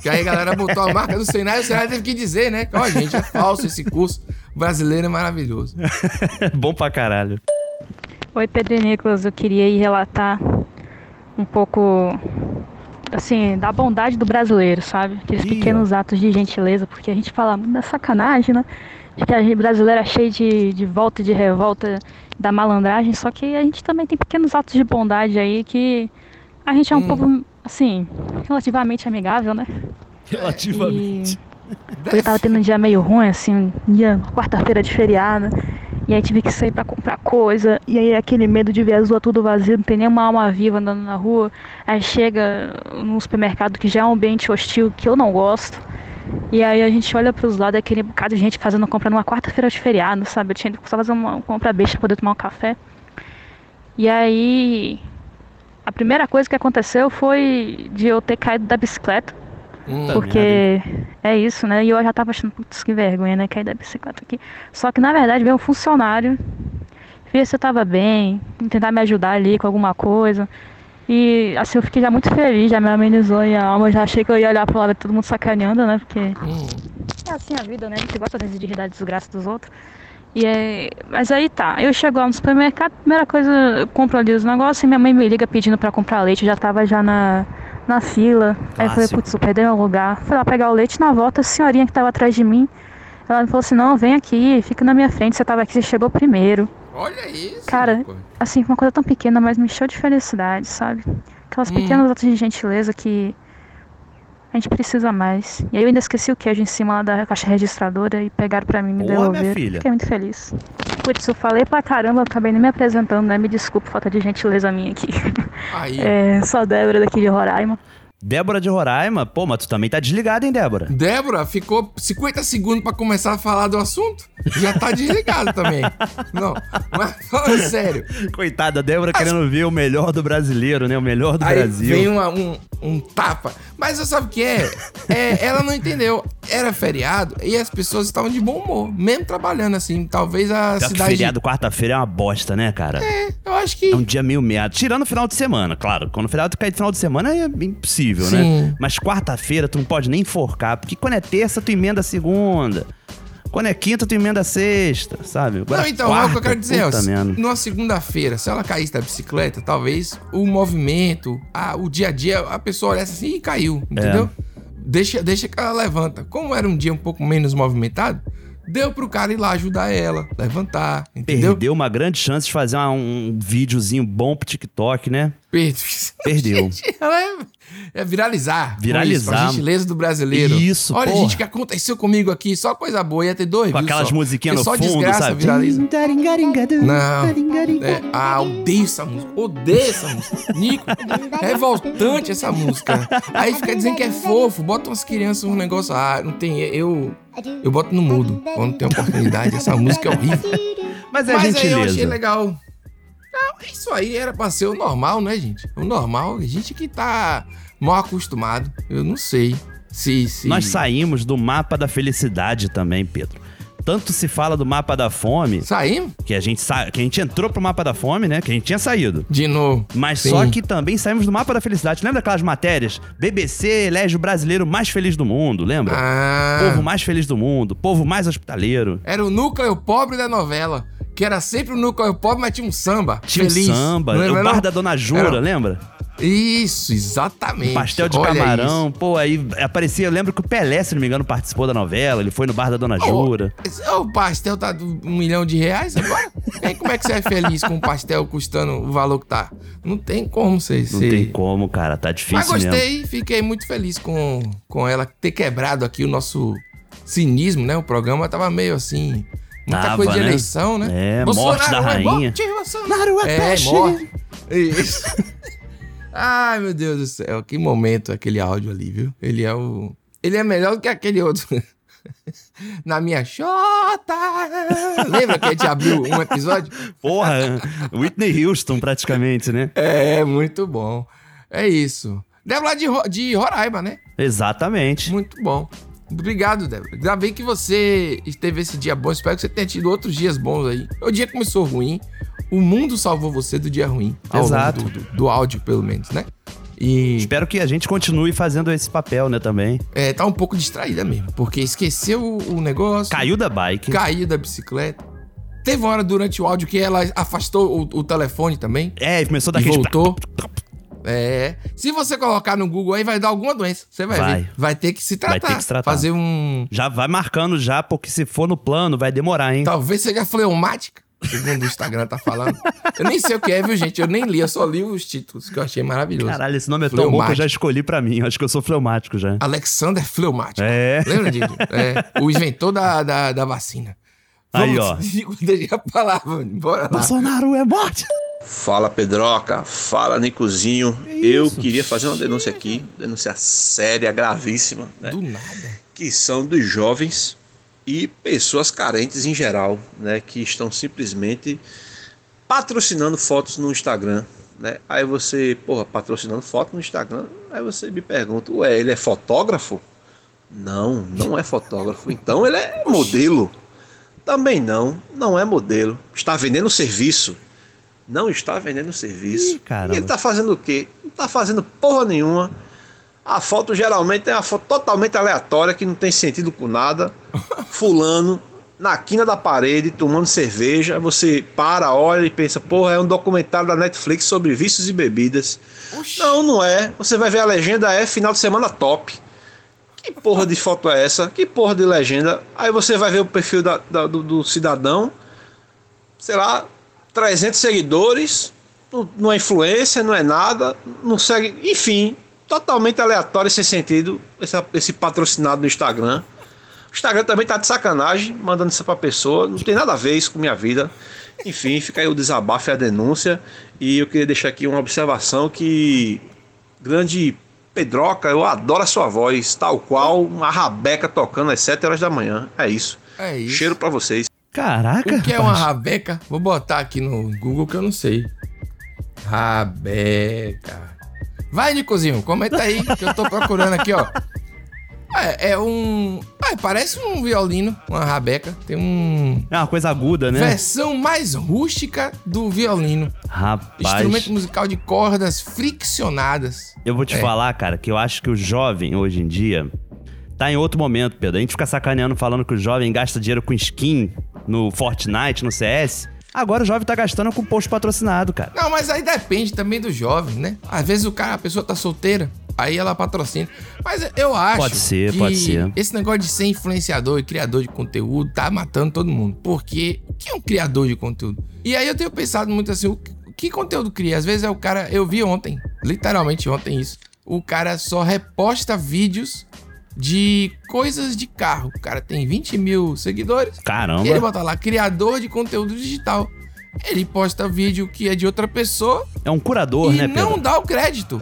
S4: que aí a galera botou a marca do Senai e o Senai teve que dizer, né? que, Ó, gente, é falso esse curso. Brasileiro é maravilhoso.
S5: É bom pra caralho.
S10: Oi, Pedro e Nicolas, eu queria aí relatar um pouco, assim, da bondade do brasileiro, sabe? Aqueles
S5: Ih,
S10: pequenos atos de gentileza, porque a gente fala muito da sacanagem, né? De que a gente brasileira é cheia de, de volta, e de revolta, da malandragem, só que a Ah, gente também tem pequenos atos de bondade aí que a gente é um
S4: Hum.
S10: povo, assim, relativamente amigável, né?
S5: Relativamente.
S10: Eu tava tendo um dia meio ruim, assim, um dia, uma quarta-feira de feriado. E aí tive que sair pra comprar coisa. E aí aquele medo de ver as ruas tudo vazio, não tem nenhuma alma viva andando na rua. Aí chega num supermercado que já é um ambiente hostil que eu não gosto. E aí a gente olha pros lados, é aquele bocado de gente fazendo compra numa quarta-feira de feriado, sabe? Eu tinha que só fazer uma compra besta pra poder tomar um café. E aí a primeira coisa que aconteceu foi de eu ter caído da bicicleta.
S4: Hum,
S10: Porque é isso, né? E eu já tava achando, putz, que vergonha, né? Cair da bicicleta aqui. Só que na verdade veio um funcionário, ver se eu tava bem, tentar me ajudar ali com alguma coisa. E assim, eu fiquei já muito feliz, já me amenizou e a alma, já achei que eu ia olhar pro lado e todo mundo sacaneando, né? Porque
S4: hum.
S10: é assim a vida, né? A gente gosta às vezes de rir da desgraça dos outros. E é... Mas aí tá, eu chego lá no supermercado, primeira coisa, eu compro ali os negócios e minha mãe me liga pedindo pra comprar leite, eu já tava já na, na fila. Aí eu falei,
S5: Clássico.
S10: putz, eu perdi meu lugar. Fui lá pegar o leite, na volta a senhorinha que tava atrás de mim, ela me falou assim, não, vem aqui, fica na minha frente, você tava aqui, você chegou primeiro
S4: Olha isso.
S10: Cara,
S4: pô.
S10: assim, uma coisa tão pequena, mas me encheu de felicidade, sabe? Aquelas
S4: Hum.
S10: pequenas atos de gentileza que a gente precisa mais. E aí eu ainda esqueci o queijo em cima lá da caixa registradora e pegaram pra mim e me
S5: Boa, minha
S10: devolveram.
S5: filha.
S10: Fiquei muito feliz. Putz, eu falei pra caramba, eu acabei nem me apresentando, né? Me desculpa, falta de gentileza minha aqui.
S4: Aí.
S10: É, sou a Débora daqui de Roraima.
S5: Débora de Roraima, pô, mas tu também tá desligada, hein, Débora?
S4: Débora ficou 50 segundos pra começar a falar do assunto. Já tá desligado também. Não, mas fala sério.
S5: Coitada, Débora querendo ver o melhor do brasileiro, né? O melhor do
S4: Aí
S5: Brasil.
S4: vem uma- um, um tapa. Mas você sabe o que é? É, Ela não entendeu. Era feriado e as pessoas estavam de bom humor, mesmo trabalhando assim. Talvez a
S5: Pior que
S4: cidade.
S5: Tá feriado, quarta-feira é uma bosta, né, cara? É.
S4: Eu acho que.
S5: um dia meio meado. Tirando o final de semana, claro. Quando o feriado cai de final de semana é impossível,
S4: Sim.
S5: né? Mas quarta-feira tu não pode nem enforcar, porque quando é terça tu emenda a segunda. Quando é quinta tu emenda a sexta, sabe? Agora
S4: Não, então, é o que eu
S5: quarta,
S4: quero dizer, ó,
S5: puta
S4: se-
S5: merda.
S4: numa segunda-feira, se ela caísse da bicicleta, talvez o movimento, a- o dia a dia, a pessoa olhasse assim e caiu,
S5: É.
S4: entendeu? Deixa, deixa que ela levanta. Como era um dia um pouco menos movimentado, deu pro cara ir lá ajudar ela, levantar, entendeu?
S5: Perdeu uma grande chance de fazer uma- um videozinho bom pro TikTok, né?
S4: Perdeu.
S5: Perdeu.
S4: Ela é, é viralizar. com
S5: Viralizar.
S4: isso, a gentileza do brasileiro.
S5: Isso,
S4: Olha,
S5: porra.
S4: gente, o que aconteceu comigo aqui, só coisa boa, ia ter dois.
S5: Com
S4: viu,
S5: aquelas
S4: só.
S5: musiquinhas no
S4: Porque
S5: fundo,
S4: só desgraça
S5: sabe?
S4: viraliza. Não. É, ah, odeio essa música. Odeio essa música. Nico, é revoltante essa música. Aí fica dizendo que é fofo. Bota umas crianças um negócio. Ah, não tem. Eu. Eu boto no mudo quando tem oportunidade. Essa música é horrível.
S5: Mas é
S4: Mas aí eu achei
S5: gentileza.
S4: legal. Não, é isso aí era pra ser o normal, né, gente? O normal, a gente que tá mal acostumado. Eu não sei se. se...
S5: Nós saímos do mapa da felicidade também, Pedro. Tanto se fala do mapa da fome,
S4: Saímos?
S5: que a gente, sa... que a gente entrou pro mapa da fome, né? Que a gente tinha saído.
S4: De novo.
S5: Mas
S4: Sim.
S5: só que também saímos do mapa da felicidade. Lembra aquelas matérias? BBC elege o brasileiro mais feliz do mundo, lembra?
S4: Ah,
S5: Povo mais feliz do mundo, povo mais hospitaleiro.
S4: era o núcleo pobre da novela. Que era sempre o núcleo pobre, mas tinha um samba.
S5: Tinha um
S4: feliz.
S5: samba,
S4: Não lembra,
S5: o bar
S4: não?
S5: da Dona Jura,
S4: Era-
S5: lembra?
S4: Isso, exatamente.
S5: Pastel de
S4: Olha
S5: camarão, pô, aí aparecia, eu lembro que o Pelé, se não me engano, participou da novela, ele foi no bar da Dona Jura.
S4: isso. Ô, O pastel tá do- um milhão de reais agora? Aí como é que você é feliz com um pastel custando o valor que tá? Não tem como você
S5: Não
S4: ser-
S5: tem como, cara, tá difícil
S4: Mas
S5: mesmo.
S4: gostei, fiquei muito feliz com, com ela ter quebrado aqui o nosso cinismo, né? O programa tava meio assim. Muita
S5: Tava,
S4: coisa de
S5: né?
S4: eleição, né?
S5: É, morte da
S4: é
S5: rainha.
S4: morte, Bolsonaro é, morte. Isso. Ai, meu Deus do céu, que momento aquele áudio ali, viu? Ele é o. Ele é melhor do que aquele outro. Na minha xota! Lembra que a gente abriu um episódio?
S5: Porra, Whitney Houston praticamente, né?
S4: É, muito bom. É isso. Deve lá de, Ro- de Roraima, né?
S5: Exatamente.
S4: Muito bom. Obrigado, Débora. Ainda bem que você teve esse dia bom. Espero que você tenha tido outros dias bons aí. O dia começou ruim. O mundo salvou você do dia ruim. ao longo
S5: Exato.
S4: Do, do- do áudio, pelo menos, né? E
S5: Espero que a gente continue fazendo esse papel, né, também.
S4: é, tá um pouco distraída mesmo, porque esqueceu o, o negócio.
S5: Caiu da bike.
S4: caiu da bicicleta. Teve uma hora durante o áudio que ela afastou o, o telefone também.
S5: É, começou
S4: E
S5: daquele...
S4: voltou. É. Se você colocar no Google aí, vai dar alguma doença. Você vai,
S5: Vai.
S4: ver. Vai ter que se
S5: Vai
S4: tratar.
S5: ter que se tratar.
S4: Fazer um.
S5: Já vai marcando já, porque se for no plano, vai demorar, hein?
S4: Talvez seja fleumática, segundo o Instagram tá falando. Eu nem sei o que é, viu, gente? Eu nem li, eu só li os títulos, que eu achei maravilhoso.
S5: Caralho, esse nome é tão bom que eu já escolhi pra mim. Acho que eu sou fleumático
S4: Ah.
S5: já.
S4: Alexander Fleumático.
S5: É.
S4: Lembra disso? É, o inventor da, da, da vacina.
S5: Aí, ó.
S4: Deixa a palavra, bora lá.
S5: Bolsonaro é morte!
S11: Fala Pedroca, fala Nicozinho. Eu queria fazer uma denúncia aqui, denúncia séria, gravíssima, né?
S4: Do nada.
S11: que são dos jovens e pessoas carentes em geral, né, que estão simplesmente patrocinando fotos no Instagram, né? Aí você, porra, patrocinando foto no Instagram, aí você me pergunta, ué, ele é fotógrafo? Não, não é fotógrafo. Então ele é modelo? Também não, não é modelo. Está vendendo serviço? Não está vendendo serviço.
S5: Ih, caramba.
S11: e ele está fazendo o quê? Não está fazendo porra nenhuma. A foto geralmente é uma foto totalmente aleatória, que não tem sentido com nada. Fulano, na quina da parede, tomando cerveja. Aí Você para, olha e pensa, porra, é um documentário da Netflix sobre vícios e bebidas. Não, não é. Você vai ver a legenda é final de semana top. Que porra de foto é essa? Que porra de legenda? Aí você vai ver o perfil da- da- do, do cidadão, sei lá, 300 seguidores, não, não é influência, não é nada, não segue, enfim, totalmente aleatório sem sentido, essa- esse patrocinado no Instagram. O Instagram também tá de sacanagem, mandando isso pra pessoa, não tem nada a ver isso com minha vida. Enfim, fica aí o desabafo e a denúncia. E eu queria deixar aqui uma observação que Grande Pedroca, eu adoro a sua voz, tal qual uma rabeca tocando às 7 horas da manhã. É isso.
S4: É isso.
S11: Cheiro pra vocês.
S5: Caraca!
S4: O que é uma
S5: rapaz.
S4: rabeca? Vou botar aqui no Google que eu não sei. Rabeca. Vai, Nicozinho, comenta aí que eu tô procurando aqui, ó. É, é um. Ah, parece um violino, uma rabeca. Tem um.
S5: É uma coisa aguda, né?
S4: Versão mais rústica do violino. Instrumento
S5: Rapaz,
S4: musical de cordas friccionadas.
S5: eu vou te
S4: É.
S5: falar, cara, que eu acho que o jovem hoje em dia tá em outro momento, Pedro. A gente fica sacaneando falando que o jovem gasta dinheiro com skin no Fortnite, no CS. Agora o jovem tá gastando com post patrocinado, cara.
S4: Não, mas aí depende também do jovem, né? Às vezes o cara, a pessoa tá solteira, aí ela patrocina. Mas eu acho
S5: Pode ser,
S4: que
S5: pode ser.
S4: esse negócio de ser influenciador e criador de conteúdo tá matando todo mundo. Porque o que é um criador de conteúdo? E aí eu tenho pensado muito assim, o que- que conteúdo cria? Às vezes é o cara, eu vi ontem, literalmente ontem isso, o cara só reposta vídeos de coisas de carro. O cara tem 20 mil seguidores, e ele
S5: Caramba,
S4: bota lá, criador de conteúdo digital. Ele posta vídeo que é de outra pessoa
S5: é um curador,
S4: e
S5: né, Pedro?
S4: não dá o crédito.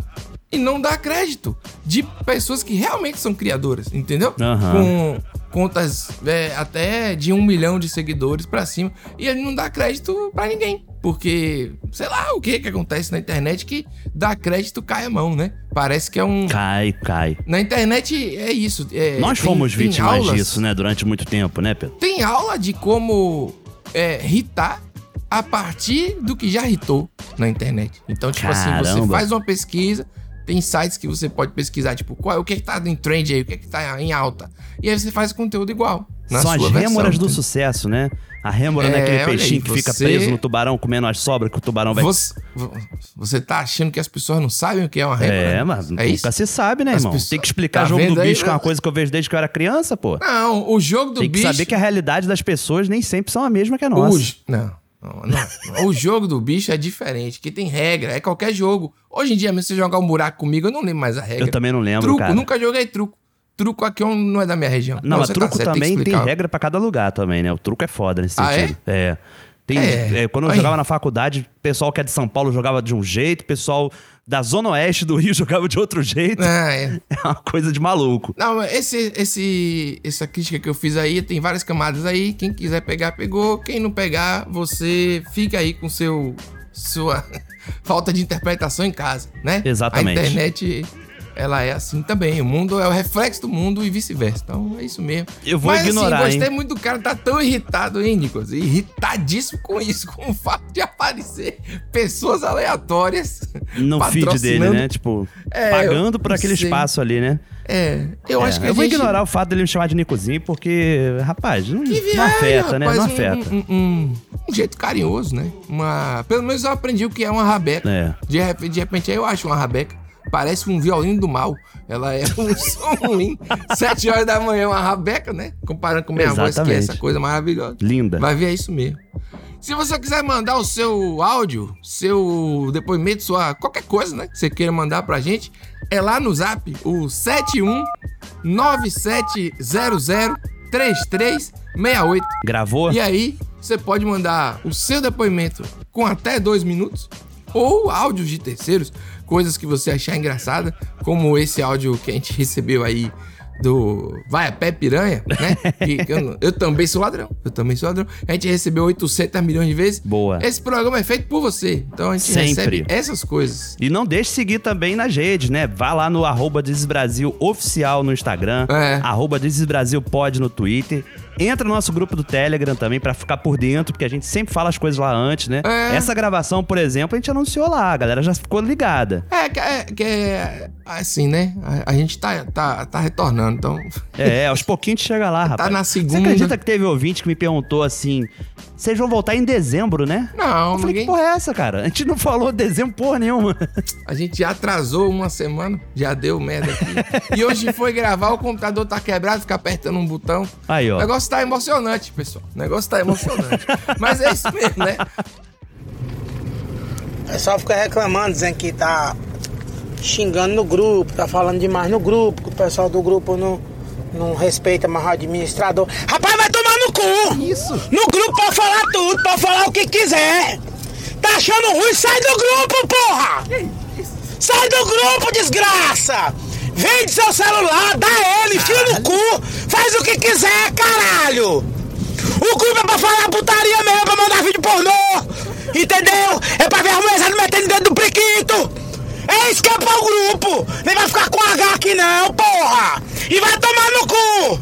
S4: E não dá crédito de pessoas que realmente são criadoras, entendeu?
S5: Aham.
S4: Com contas é, até de um milhão de seguidores pra cima. E ele não dá crédito pra ninguém. Porque, sei lá, o que que acontece na internet que dá crédito cai a mão, né? Parece que é um...
S5: Cai, cai.
S4: Na internet é isso. é,
S5: Nós
S4: tem-
S5: fomos
S4: tem
S5: vítimas
S4: aulas-
S5: disso, né, durante muito tempo, né, Pedro?
S4: tem aula de como é, hitar a partir do que já hitou na internet. Então, tipo assim, você
S5: Caramba.
S4: faz uma pesquisa, tem sites que você pode pesquisar, tipo, qual, o que, é que tá em trend aí, o que, é que tá em alta. E aí você faz conteúdo igual. Na
S5: São as
S4: sua
S5: rêmoras
S4: versão,
S5: do
S4: entendeu?
S5: sucesso, né? A rêmora
S4: É,
S5: não é aquele
S4: olha
S5: peixinho
S4: aí,
S5: que fica
S4: você-
S5: preso no tubarão comendo as sobras que o tubarão vai.
S4: Você, vo- você tá achando que as pessoas não sabem o que é uma régua?
S5: É,
S4: né?
S5: mas
S4: é isso?
S5: nunca se sabe, né,
S4: As
S5: irmão?
S4: pessoas-
S5: Tem que explicar
S4: Tá
S5: jogo do
S4: vendo aí,
S5: bicho, que é uma
S4: né?
S5: coisa que eu vejo desde que eu era criança, pô.
S4: Não, o jogo do
S5: Tem que
S4: bicho.
S5: saber que a realidade das pessoas nem sempre são a mesma que a
S4: O
S5: nossa.
S4: j- não, não, não. O jogo do bicho é diferente, que tem regra, é qualquer jogo. Hoje em dia, mesmo se você jogar um buraco comigo, eu não lembro mais a regra.
S5: Eu também não lembro,
S4: truco,
S5: cara.
S4: nunca joguei truco. Truco aqui é um- não é da minha região.
S5: Não, mas
S4: você tá
S5: truco
S4: certo,
S5: também
S4: que
S5: tem
S4: explicar.
S5: regra pra cada lugar também, né? O truco é foda nesse
S4: Ah,
S5: sentido. é? Tem,
S4: É.
S5: é, quando eu
S4: Aí.
S5: jogava na faculdade, o pessoal que é de São Paulo jogava de um jeito, o pessoal da Zona Oeste do Rio jogava de outro jeito. É,
S4: Ah, é.
S5: uma coisa de maluco.
S4: Não, esse, esse, essa crítica que eu fiz aí tem várias camadas aí. Quem quiser pegar, pegou. Quem não pegar, você fica aí com seu sua falta de interpretação em casa, né?
S5: Exatamente.
S4: A internet ela é assim também. O mundo é o reflexo do mundo e vice-versa. Então é isso mesmo.
S5: Eu vou
S4: Mas,
S5: ignorar,
S4: Assim, gostei
S5: hein?
S4: muito do cara, tá tão irritado, hein, Nicolas? Irritadíssimo com isso, com o fato de aparecer pessoas aleatórias.
S5: No feed dele,
S4: patrocinando.
S5: né? Tipo,
S4: É,
S5: pagando por
S4: eu
S5: aquele
S4: sei.
S5: espaço ali, né?
S4: É, eu acho que a
S5: Eu vou
S4: gente-
S5: ignorar o fato dele me chamar de Nicozinho, porque, rapaz, não, não
S4: É,
S5: afeta, né?
S4: rapaz,
S5: Não
S4: um-
S5: afeta.
S4: Um, um- um jeito carinhoso, né? Uma, pelo menos eu aprendi o que é uma rabeca.
S5: É.
S4: De, repente, de repente eu acho uma rabeca. Parece um violino do mal. Ela é um som ruim. Sete horas da manhã é uma rabeca, né? Comparando com minha voz, que é
S5: Exatamente.
S4: essa coisa maravilhosa.
S5: Linda.
S4: Vai ver, é isso mesmo. Se você quiser mandar o seu áudio, seu depoimento, sua qualquer coisa, né? Que você queira mandar pra gente, é lá no zap, o 71970033368.
S5: Gravou?
S4: E aí, você pode mandar o seu depoimento com até dois minutos ou áudios de terceiros, coisas que você achar engraçada, como esse áudio que a gente recebeu aí do Vai a Pé Piranha, né? Que- que eu, não- eu também sou ladrão, eu também sou ladrão. A gente recebeu 800 milhões de vezes.
S5: Boa.
S4: Esse programa é feito por você, então a gente
S5: Sempre.
S4: recebe essas coisas.
S5: E não deixe de seguir também nas redes, né? Vá lá no arroba This is Brasil oficial no Instagram,
S4: É.
S5: arroba This is Brasil pod no Twitter. Entra no nosso grupo do Telegram também pra ficar por dentro, porque a gente sempre fala as coisas lá antes, né?
S4: É.
S5: Essa gravação, por exemplo, a gente anunciou lá, a galera já ficou ligada.
S4: É, que é, que é assim, né? A, a gente tá, tá, tá retornando, então...
S5: É, é, aos pouquinhos a gente chega lá, rapaz.
S4: Tá na segunda.
S5: Você acredita que teve ouvinte que me perguntou assim: vocês vão voltar em dezembro, né?
S4: Não,
S5: Eu falei, que porra é essa, cara? A gente não falou dezembro porra nenhuma.
S4: A gente já atrasou uma semana, já deu merda aqui. e hoje foi gravar, o computador tá quebrado, fica apertando um botão.
S5: Aí,
S4: O
S5: ó.
S4: negócio tá emocionante, pessoal. O negócio tá emocionante. Mas é isso mesmo, né?
S12: É só ficar reclamando, dizendo que tá xingando no grupo, tá falando demais no grupo, que o pessoal do grupo não, não respeita mais o administrador. Rapaz, vai tomar no cu! Isso! No grupo pode falar tudo, pode falar o que quiser! Tá achando ruim? Sai do grupo, porra! Sai do grupo, desgraça! Vende seu celular, dá ele, fio no cu, faz o que quiser, caralho! O grupo é pra falar putaria mesmo, pra mandar vídeo pornô! Entendeu? É pra ver a mulherzada metendo dentro do priquito! É isso que é pra o grupo! Nem vai ficar com H aqui não, porra! E vai tomar no cu!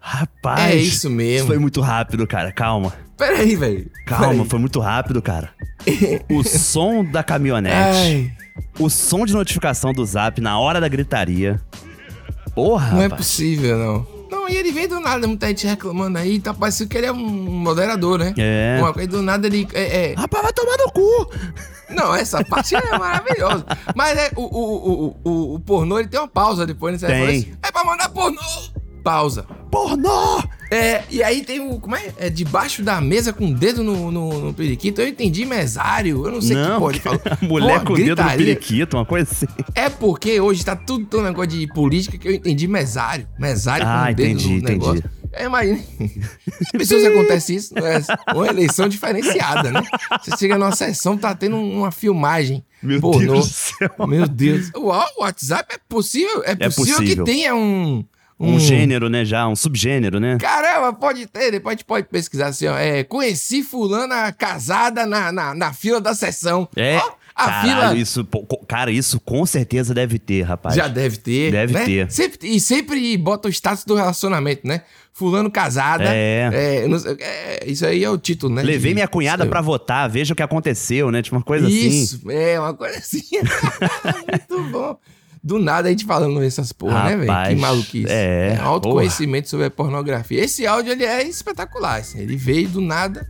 S5: Rapaz,
S4: É isso mesmo.
S5: Foi muito rápido, cara. Calma.
S4: Peraí, velho.
S5: Calma,
S4: Peraí.
S5: foi muito rápido, cara. O som da caminhonete. O som de notificação do zap na hora da gritaria. Porra,
S4: Não é
S5: rapaz.
S4: possível, não. Não, e ele vem do nada, muita gente reclamando aí, tá parecendo que ele é um moderador, né?
S5: É.
S4: Uma coisa do nada ele. É,
S5: Rapaz, vai tomar no cu!
S4: Não, essa parte é maravilhosa. Mas é, o, o, o, o, o pornô ele tem uma pausa depois, né? Você
S5: Tem.
S4: fala assim, É pra mandar pornô! Pausa.
S5: Pornô!
S4: É, e aí tem o. Como é? É debaixo da mesa com o dedo no, no, no periquito. Eu entendi mesário, eu não sei que
S5: Não,
S4: pode falar.
S5: mulher
S4: Pô,
S5: com o dedo no
S4: gritaria.
S5: periquito, uma coisa assim.
S4: É porque hoje tá tudo tão negócio de política que eu entendi mesário. Mesário
S5: Ah,
S4: com o dedo
S5: entendi,
S4: no
S5: entendi.
S4: negócio. É, imagina. As pessoas acontece isso, é uma eleição diferenciada, né? Você chega numa sessão, tá tendo uma filmagem.
S5: Meu
S4: pornô.
S5: Deus do céu.
S4: Meu Deus. Uau, o WhatsApp é possível, é possível,
S5: possível.
S4: que tenha um...
S5: Um gênero, né, já, um subgênero, né?
S4: Caramba, pode ter, depois a gente pode pesquisar assim, ó. É, conheci fulana casada na, na, na fila da sessão.
S5: É.
S4: Ó, a
S5: caralho,
S4: fila
S5: isso, pô, co- cara, isso com certeza deve ter, rapaz.
S4: já deve ter.
S5: Deve
S4: né?
S5: ter.
S4: Sempre, e sempre bota o status do relacionamento, né? Fulano casada.
S5: É.
S4: eu não sei- é, isso aí é o título, né?
S5: Levei
S4: de-
S5: minha cunhada
S4: sei
S5: pra
S4: lá.
S5: votar, veja o que aconteceu, né? Tipo uma coisa assim.
S4: Isso, é, uma coisa assim. Muito bom. Do nada a gente falando essas porra, né, velho? Que
S5: Rapaz,
S4: maluquice.
S5: é,
S4: autoconhecimento sobre a pornografia. Esse áudio, ele é espetacular, assim. Ele veio do nada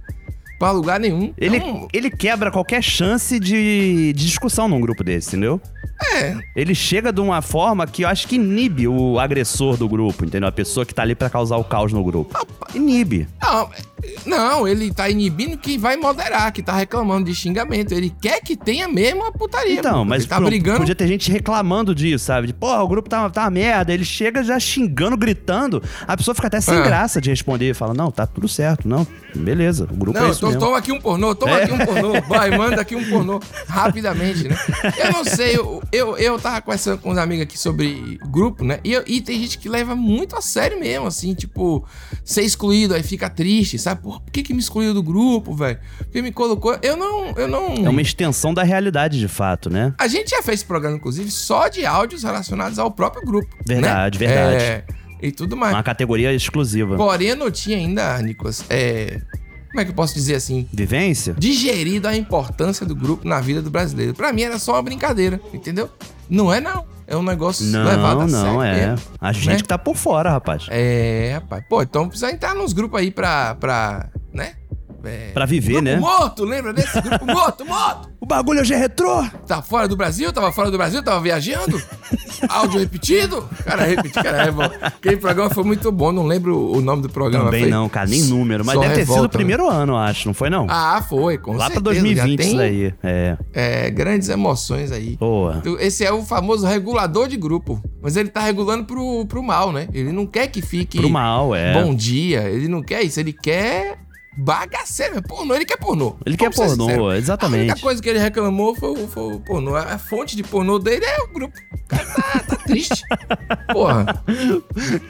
S4: pra lugar nenhum.
S5: Ele,
S4: Então,
S5: ele quebra qualquer chance de, de discussão num grupo desse, entendeu?
S4: É.
S5: Ele chega de uma forma que eu acho que inibe o agressor do grupo, entendeu? A pessoa que tá ali pra causar o caos no grupo. Inibe.
S4: Não, não, ele tá inibindo quem vai moderar, que tá reclamando de xingamento. Ele quer que tenha mesmo a putaria.
S5: Então,
S4: mano.
S5: mas
S4: ele tá
S5: pô,
S4: brigando.
S5: podia ter gente reclamando disso, sabe? De, porra, o grupo tá, tá uma merda. Ele chega já xingando, gritando. A pessoa fica até sem
S4: É.
S5: graça de responder. e Fala, não, tá tudo certo. Não, beleza. O grupo é
S4: Não,
S5: isso
S4: to-
S5: mesmo.
S4: toma aqui um pornô, toma
S5: É.
S4: aqui um pornô. Vai, manda aqui um pornô. Rapidamente, né? Eu não sei, eu, eu, eu tava conversando com uns amigos aqui sobre grupo, né? E, eu- e tem gente que leva muito a sério mesmo, assim, tipo, ser excluído, aí fica triste, sabe? cara, por que, que me excluiu do grupo, velho? Por que me colocou? Eu não. Eu não...
S5: É uma extensão da realidade, de fato, né?
S4: A gente já fez esse programa, inclusive, só de áudios relacionados ao próprio grupo.
S5: Verdade,
S4: né?
S5: verdade.
S4: É, e tudo mais.
S5: Uma categoria exclusiva.
S4: Porém, eu não tinha ainda, Nicolas, é, como é que eu posso dizer assim?
S5: Vivência?
S4: Digerido a importância do grupo na vida do brasileiro. Pra mim era só uma brincadeira, entendeu? Não é não. É um negócio
S5: Não,
S4: levado a sério.
S5: não, é.
S4: mesmo,
S5: A gente
S4: né?
S5: que tá por fora, rapaz.
S4: É, rapaz. Pô, então precisa entrar nos grupos aí pra. pra né?
S5: Pra viver, né?
S4: Morto, lembra desse grupo? Morto, morto!
S5: O bagulho hoje é retrô!
S4: Tá fora do Brasil? Tava fora do Brasil? Tava viajando? Áudio repetido? Cara, repetido, cara, é bom. Aquele programa foi muito bom, não lembro o nome do programa.
S5: Também
S4: foi-
S5: não, cara, nem número. Mas
S4: Só
S5: deve ter sido
S4: revolta, né?
S5: o primeiro ano, eu acho, não foi não?
S4: Ah, foi, com
S5: Lá pra
S4: certeza, já
S5: 2020
S4: tem-
S5: isso daí. É.
S4: É, grandes emoções aí.
S5: Boa.
S4: Então, Esse é o famoso regulador de grupo. Mas ele tá regulando pro, pro mal, né? Ele não quer que fique
S5: Pro mal, é.
S4: bom dia. Ele não quer isso. Ele quer bagaceiro. é Pornô, ele quer pornô.
S5: Ele quer
S4: Vamos ser
S5: pornô,
S4: sinceros. A única
S5: exatamente.
S4: coisa que ele reclamou foi, o- foi o pornô. A fonte de pornô dele é o grupo. O cara tá, tá triste. Porra.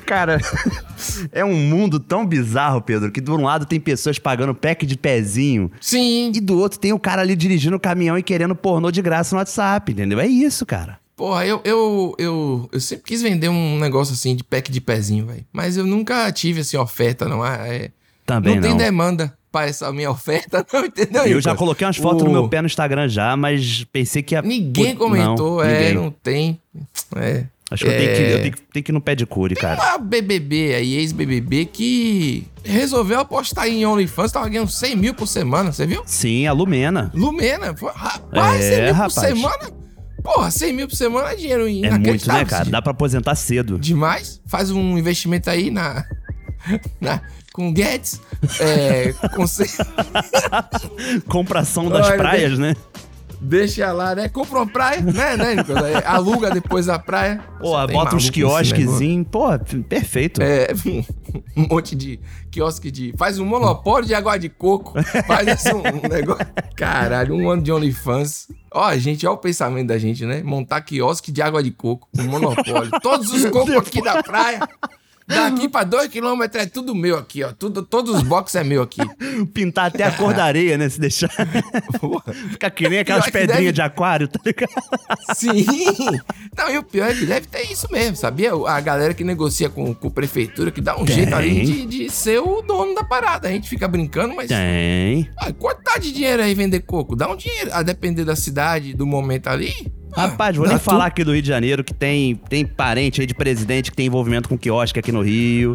S5: Cara, é um mundo tão bizarro, Pedro, que de um lado tem pessoas pagando pack de pezinho.
S4: Sim.
S5: E do outro tem o cara ali dirigindo o caminhão e querendo pornô de graça no WhatsApp, entendeu? É isso, cara.
S4: Porra, eu, eu, eu, eu sempre quis vender um negócio assim de pack de pezinho, velho. Mas eu nunca tive assim oferta, não. É,
S5: Também
S4: não tem
S5: não.
S4: demanda pra essa minha oferta, não, entendeu?
S5: Eu já
S4: Nicolas?
S5: coloquei umas fotos
S4: O-
S5: no meu pé no Instagram já, mas pensei que ia.
S4: Ninguém
S5: Put-
S4: comentou,
S5: não,
S4: é,
S5: ninguém.
S4: não tem. É.
S5: Acho que eu, tenho que, eu tenho, que- tenho que ir no pé de cure, cara.
S4: Uma BBB aí, ex-BBB, que resolveu apostar em OnlyFans, tava ganhando 100 mil por semana, você viu?
S5: Sim, a Lumena.
S4: Lumena, foi- rapaz,
S5: É,
S4: 100 mil
S5: rapaz.
S4: por semana? Porra, 100 mil por semana é dinheiro
S5: É
S4: inacreditável.
S5: muito, né, cara?
S4: esse
S5: Dá pra aposentar cedo.
S4: demais. Faz um investimento aí na. na com o Guedes. É, com ce-
S5: Compração das
S4: Olha,
S5: praias, né?
S4: Deixa lá, né? Compra uma praia, né, né, Nicolas? É, Aluga depois a praia.
S5: Pô,
S4: Só tem
S5: bota uns
S4: maluco nesse negócio.
S5: quiosquezinhos. Pô, p- perfeito.
S4: É, um monte de quiosque de. Faz um monopólio de água de coco. Faz assim, um negócio. Caralho, um ano de OnlyFans. Ó, gente, ó o pensamento da gente, né? Montar quiosque de água de coco, um monopólio. Todos os cocos aqui da praia. Daqui pra dois quilômetros é tudo meu aqui, ó. Tudo, todos os boxes é meu aqui.
S5: Pintar até a cor da areia, né? Se deixar. Fica que nem aquelas
S4: Pior que
S5: pedrinhas
S4: deve-
S5: de aquário, tá ligado?
S4: Sim! Não, e o pior é que deve ter isso mesmo, sabia? A galera que negocia com, com a prefeitura, que dá um
S5: Tem.
S4: jeito ali de, de ser o dono da parada. A gente fica brincando, mas.
S5: Tem.
S4: Ah, quantidade de dinheiro aí vender coco? Dá um dinheiro, a depender da cidade, do momento ali.
S5: Rapaz, vou
S4: dá
S5: nem
S4: tudo.
S5: falar aqui do Rio de Janeiro, que tem, tem parente aí de presidente que tem envolvimento com quiosque aqui no Rio.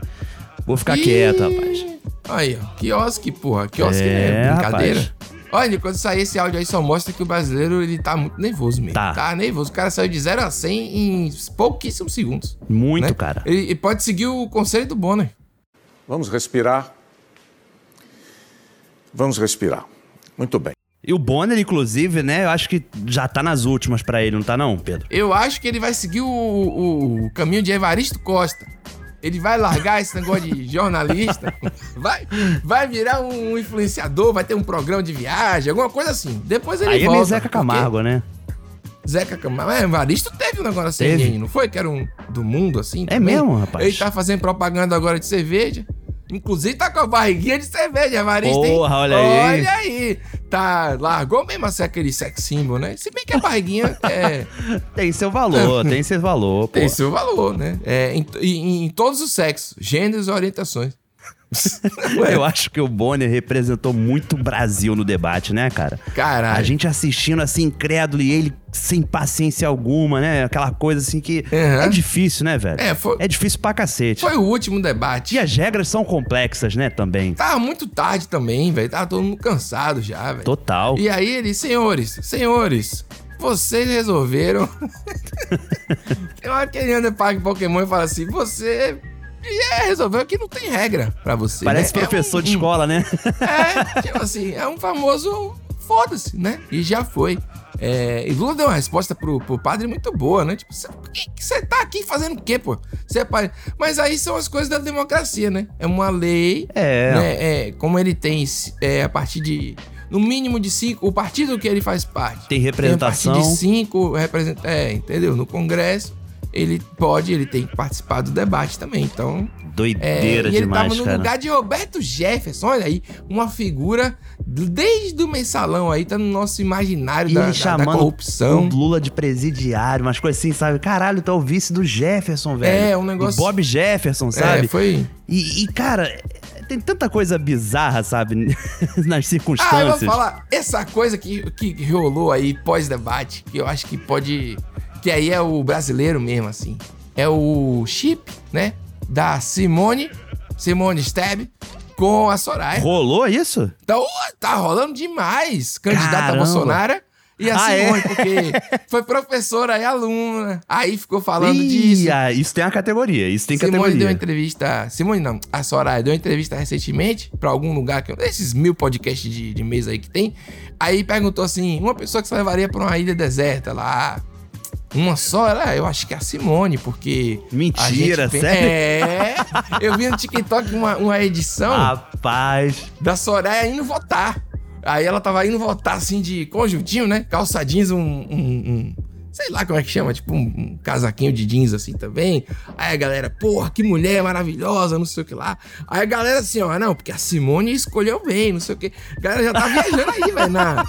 S5: Vou ficar
S4: Ih,
S5: quieto, rapaz.
S4: Aí, ó, quiosque, porra, quiosque
S5: É,
S4: é, brincadeira.
S5: rapaz.
S4: Olha, quando sair esse áudio aí só mostra que o brasileiro, ele tá muito nervoso mesmo. Tá. nervoso. O cara saiu de 0 a 100 em pouquíssimos segundos.
S5: Muito,
S4: né?
S5: cara.
S4: Ele, ele pode seguir o conselho do Bonner.
S13: Vamos respirar. Vamos respirar. Muito bem.
S5: E o Bonner, inclusive, né? Eu acho que já tá nas últimas pra ele, não tá não, Pedro?
S4: Eu acho que ele vai seguir o, o- o caminho de Evaristo Costa. Ele vai largar esse negócio de jornalista, vai, vai virar um influenciador, vai ter um programa de viagem, alguma coisa assim. Depois ele
S5: Aí é
S4: volta.
S5: meio Zeca Camargo, né?
S4: Zeca Camargo. É, Evaristo teve um negócio assim,
S5: Teve.
S4: gente, não foi? Que era um do mundo, assim.
S5: É mesmo, rapaz?
S4: Ele tá fazendo propaganda agora de cerveja. Inclusive tá com a barriguinha de cerveja, Evaristo, hein?
S5: Porra, olha aí.
S4: Olha aí. Tá, largou mesmo assim aquele sex symbol, né? Se bem que a barriguinha é...
S5: Tem seu valor, tem seu valor, pô.
S4: Tem seu valor, né? É, em, em- em todos os sexos, gêneros e orientações.
S5: Eu acho que o Bonner representou muito o Brasil no debate, né, cara?
S4: Caralho.
S5: A gente assistindo assim, incrédulo, e ele sem paciência alguma, né? Aquela coisa assim que. É difícil, né, velho?
S4: É, foi-
S5: difícil pra cacete.
S4: Foi o último debate.
S5: E as regras são complexas, né, também.
S4: Tava muito tarde também, velho. Tava todo mundo cansado já, velho.
S5: Total.
S4: É, E aí ele, senhores, senhores, vocês resolveram. Tem hora que ele anda para Pokémon e fala assim: você é, resolveu que não tem regra pra você.
S5: Parece
S4: né? É
S5: professor de escola, né?
S4: É, tipo assim, é um famoso foda-se, né? E já foi. É, e Lula deu uma resposta pro, pro padre muito boa, né? Tipo, você tá aqui fazendo o quê, pô? Cê é padre. Mas aí são as coisas da democracia, né? É uma lei.
S5: É.
S4: né? É, como ele tem é, a partir de. No mínimo de cinco. O partido que ele faz parte.
S5: Tem representação.
S4: Tem a partir de cinco é, representantes. É, entendeu? No Congresso, ele pode, ele tem que participar do debate também. Então,
S5: Doideira
S4: e ele
S5: demais,
S4: tava no
S5: cara.
S4: lugar de Roberto Jefferson, olha aí, uma figura do- desde o mensalão aí, tá no nosso imaginário
S5: E
S4: da,
S5: ele
S4: da- da
S5: chamando
S4: corrupção.
S5: o Lula de presidiário, umas coisas assim, sabe? Caralho, tu é o vice do Jefferson, velho.
S4: É, um negócio- É,
S5: Do Bob Jefferson, sabe?
S4: foi-
S5: E, e, cara, tem tanta coisa bizarra, sabe? Nas
S4: Ah, eu vou
S5: circunstâncias.
S4: falar, essa coisa que, que rolou aí pós-debate, que eu acho que pode. Que aí é o brasileiro mesmo, assim. É o chip, né? Da Simone, Simone Stab, com a Soraya.
S5: Rolou isso?
S4: Então, ó, tá rolando demais. Candidata a
S5: Caramba.
S4: Bolsonaro e a
S5: Ah, é?
S4: Simone, porque foi professora e aluna. Aí ficou falando
S5: Ih,
S4: disso.
S5: ah, isso tem uma categoria, isso tem
S4: Simone
S5: categoria.
S4: deu uma entrevista. Simone não, a Soraya deu uma entrevista recentemente pra algum lugar que. Esses mil podcasts de, de mesa aí que tem. Aí perguntou assim: uma pessoa que você levaria pra uma ilha deserta lá. Uma só, ela, eu acho que é a Simone, porque. a
S5: Mentira,
S4: gente pen-
S5: sério?
S4: É. Eu vi no TikTok uma, uma edição.
S5: Ah, Rapaz.
S4: Da Soraya indo votar. Aí ela tava indo votar assim de conjuntinho, né? Calça jeans, um. um- um- sei lá como é que chama, tipo um, um casaquinho de jeans assim também. Aí a galera, porra, que mulher maravilhosa, não sei o que lá. Aí a galera assim, ó, não, porque a Simone escolheu bem, não sei o que. A galera já tá viajando aí, velho, na.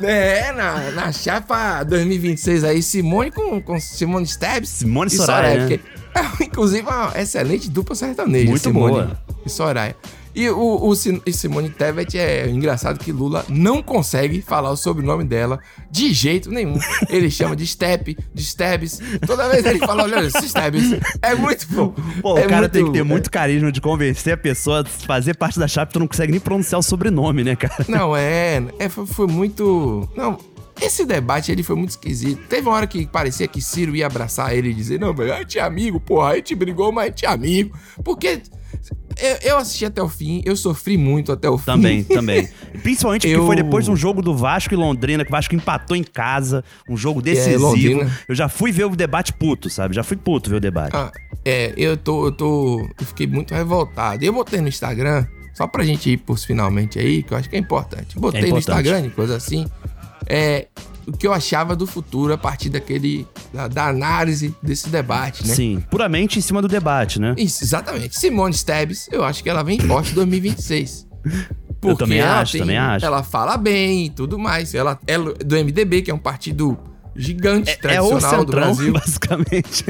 S4: É, na, na chapa 2026 aí, Simone com, com Simone Stabs.
S5: Simone Soraya, né?
S4: porque- inclusive, uma excelente dupla sertaneja.
S5: Muito
S4: Simone
S5: boa.
S4: E Soraya. E o, o Sim- e Simone Tebet é engraçado que Lula não consegue falar o sobrenome dela de jeito nenhum. Ele chama de Step, de Stabs. Toda vez ele fala, olha, Stabs. É muito bom.
S5: Pô,
S4: É
S5: o cara
S4: muito-
S5: tem que ter muito carisma de convencer a pessoa a fazer parte da chapa, tu não consegue nem pronunciar o sobrenome, né, cara?
S4: Não, é. é foi, foi muito. Não, esse debate ele foi muito esquisito. Teve uma hora que parecia que Ciro ia abraçar ele e dizer: Não, mas a gente é amigo, porra, a gente brigou, mas a gente é amigo. Porque eu, eu assisti até o fim, eu sofri muito até o fim.
S5: Também, também. Principalmente porque
S4: Eu-
S5: foi depois de um jogo do Vasco e Londrina, que o Vasco empatou em casa, um jogo decisivo.
S4: é Londrina.
S5: eu já fui ver o debate puto, sabe? Já fui puto ver o debate.
S4: Ah, é, eu tô, eu tô. Eu fiquei muito revoltado. Eu botei no Instagram, só pra gente ir pros finalmente aí, que eu acho que é importante. Eu Botei no
S5: importante.
S4: Instagram e coisa assim. É. O que eu achava do futuro a partir daquele. da, da análise desse debate, né?
S5: Sim, puramente em cima do debate, né?
S4: Isso, exatamente. Simone Stabs, eu acho que ela vem forte em 2026.
S5: Eu também
S4: ela
S5: acho, também acho.
S4: Ela fala bem e tudo mais. Ela é do MDB, que é um partido gigante,
S5: é
S4: tradicional
S5: o
S4: do
S5: centrão,
S4: Brasil.
S5: basicamente.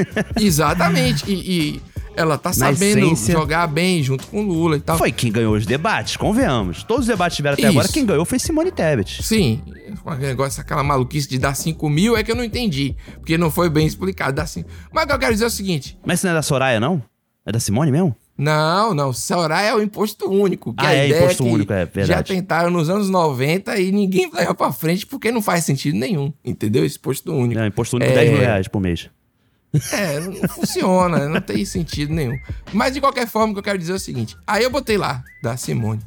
S4: Exatamente. E, e ela tá
S5: Na
S4: sabendo
S5: essência-
S4: jogar bem junto com o Lula e tal.
S5: Foi quem ganhou os debates, convenhamos. Todos os debates que tiveram até
S4: Tá. Isso.
S5: agora, quem ganhou foi Simone Tebet.
S4: Sim, com aquele negócio, aquela maluquice de dar 5 mil é que eu não entendi. Porque não foi bem explicado. Dar 5. Mas o que eu quero dizer é o seguinte:
S5: Mas isso não é da Soraya, não? É da Simone mesmo?
S4: Não, não. Soraya é o imposto único. Que
S5: Ah,
S4: a
S5: é,
S4: ideia
S5: imposto
S4: que
S5: único, é verdade.
S4: Já tentaram nos anos 90 e ninguém leva pra frente porque não faz sentido nenhum, entendeu? Esse imposto único.
S5: Não, imposto único
S4: É.
S5: 10 mil reais por mês.
S4: É, não, não funciona, não tem sentido nenhum. Mas de qualquer forma, o que eu quero dizer é o seguinte: aí eu botei lá, da Simone.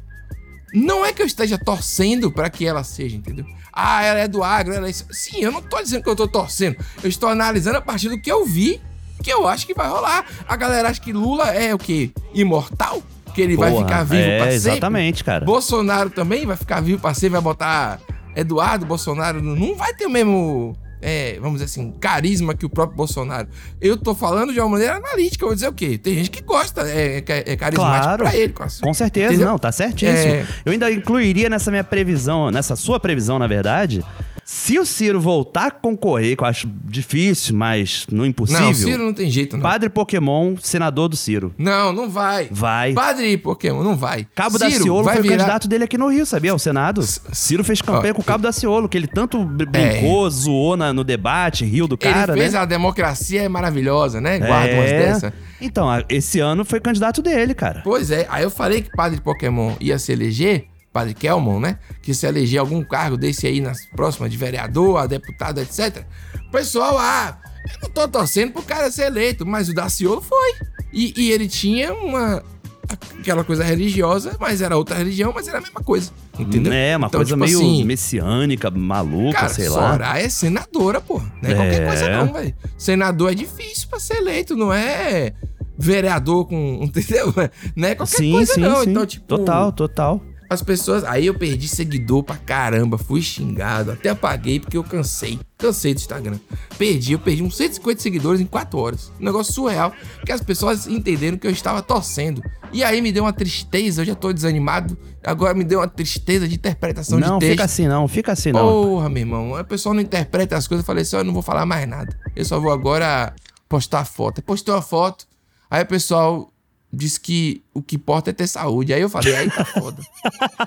S4: Não é que eu esteja torcendo pra que ela seja, entendeu? Ah, ela é do agro, ela é isso. Sim, eu não tô dizendo que eu tô torcendo. Eu estou analisando a partir do que eu vi, que eu acho que vai rolar. A galera acha que Lula é o quê? Imortal? Que ele vai
S5: Porra,
S4: ficar vivo
S5: é,
S4: pra sempre?
S5: exatamente, cara.
S4: Bolsonaro também vai ficar vivo pra sempre, vai botar Eduardo Bolsonaro. no- Não vai ter o mesmo, é, vamos dizer assim, carisma que o próprio Bolsonaro. Eu tô falando de uma maneira analítica, eu vou dizer o quê? Tem gente que gosta, é, é, é carismático
S5: Claro.
S4: pra ele.
S5: Com certeza,
S4: Entendeu?
S5: não, tá certíssimo.
S4: É.
S5: Eu ainda incluiria nessa minha previsão, nessa sua previsão, na verdade, se o Ciro voltar a concorrer, que eu acho difícil, mas não impossível.
S4: Não, Ciro não tem jeito, não.
S5: Padre Pokémon, senador do Ciro.
S4: Não, não vai.
S5: Vai.
S4: Padre Pokémon, não vai.
S5: Cabo
S4: Ciro
S5: Daciolo
S4: vai
S5: foi
S4: virar- Ah,
S5: o candidato dele aqui no Rio, sabia? O Senado. Ciro fez campanha com o Cabo Daciolo, que ele tanto br- brincou, zoou na- no debate, riu do
S4: É. Ele
S5: cara,
S4: fez
S5: né?
S4: a democracia é maravilhosa, né? Guarda umas
S5: É.
S4: dessas.
S5: Então, a- esse ano foi candidato dele, cara.
S4: Pois é, aí eu falei que padre Pokémon ia se eleger, padre Kelmon, né? Que se eleger algum cargo desse aí nas próximas de vereador, a deputado, etc. Pessoal, ah, eu não tô torcendo pro cara ser eleito, mas o Daciolo foi. E, e ele tinha uma. aquela coisa religiosa, mas era outra religião, mas era a mesma coisa. Entendeu?
S5: É, uma
S4: Então,
S5: coisa
S4: tipo
S5: meio
S4: assim,
S5: messiânica, maluca,
S4: Cara,
S5: sei lá.
S4: Soraya é senadora, porra. Não é, qualquer
S5: É.
S4: coisa, não, velho. Senador é difícil pra ser eleito, não é vereador com. Entendeu? Não é qualquer
S5: Sim,
S4: coisa,
S5: sim,
S4: não.
S5: sim.
S4: Então, tipo.
S5: Total, total.
S4: As pessoas. Aí eu perdi seguidor pra caramba, fui xingado, até apaguei porque eu cansei. Cansei do Instagram. Perdi, eu perdi uns 150 seguidores em 4 horas. Um negócio surreal. Porque as pessoas entenderam que eu estava torcendo. E aí me deu uma tristeza, eu já tô desanimado. Agora me deu uma tristeza de interpretação
S5: Não,
S4: de texto.
S5: fica assim não, fica assim não.
S4: Porra, meu irmão. A pessoa não interpreta as coisas. Eu falei assim: ó, eu não vou falar mais nada. Eu só vou agora postar a foto. Eu postei uma foto. Aí o pessoal disse que o que importa é ter saúde. Aí eu falei: aí tá foda.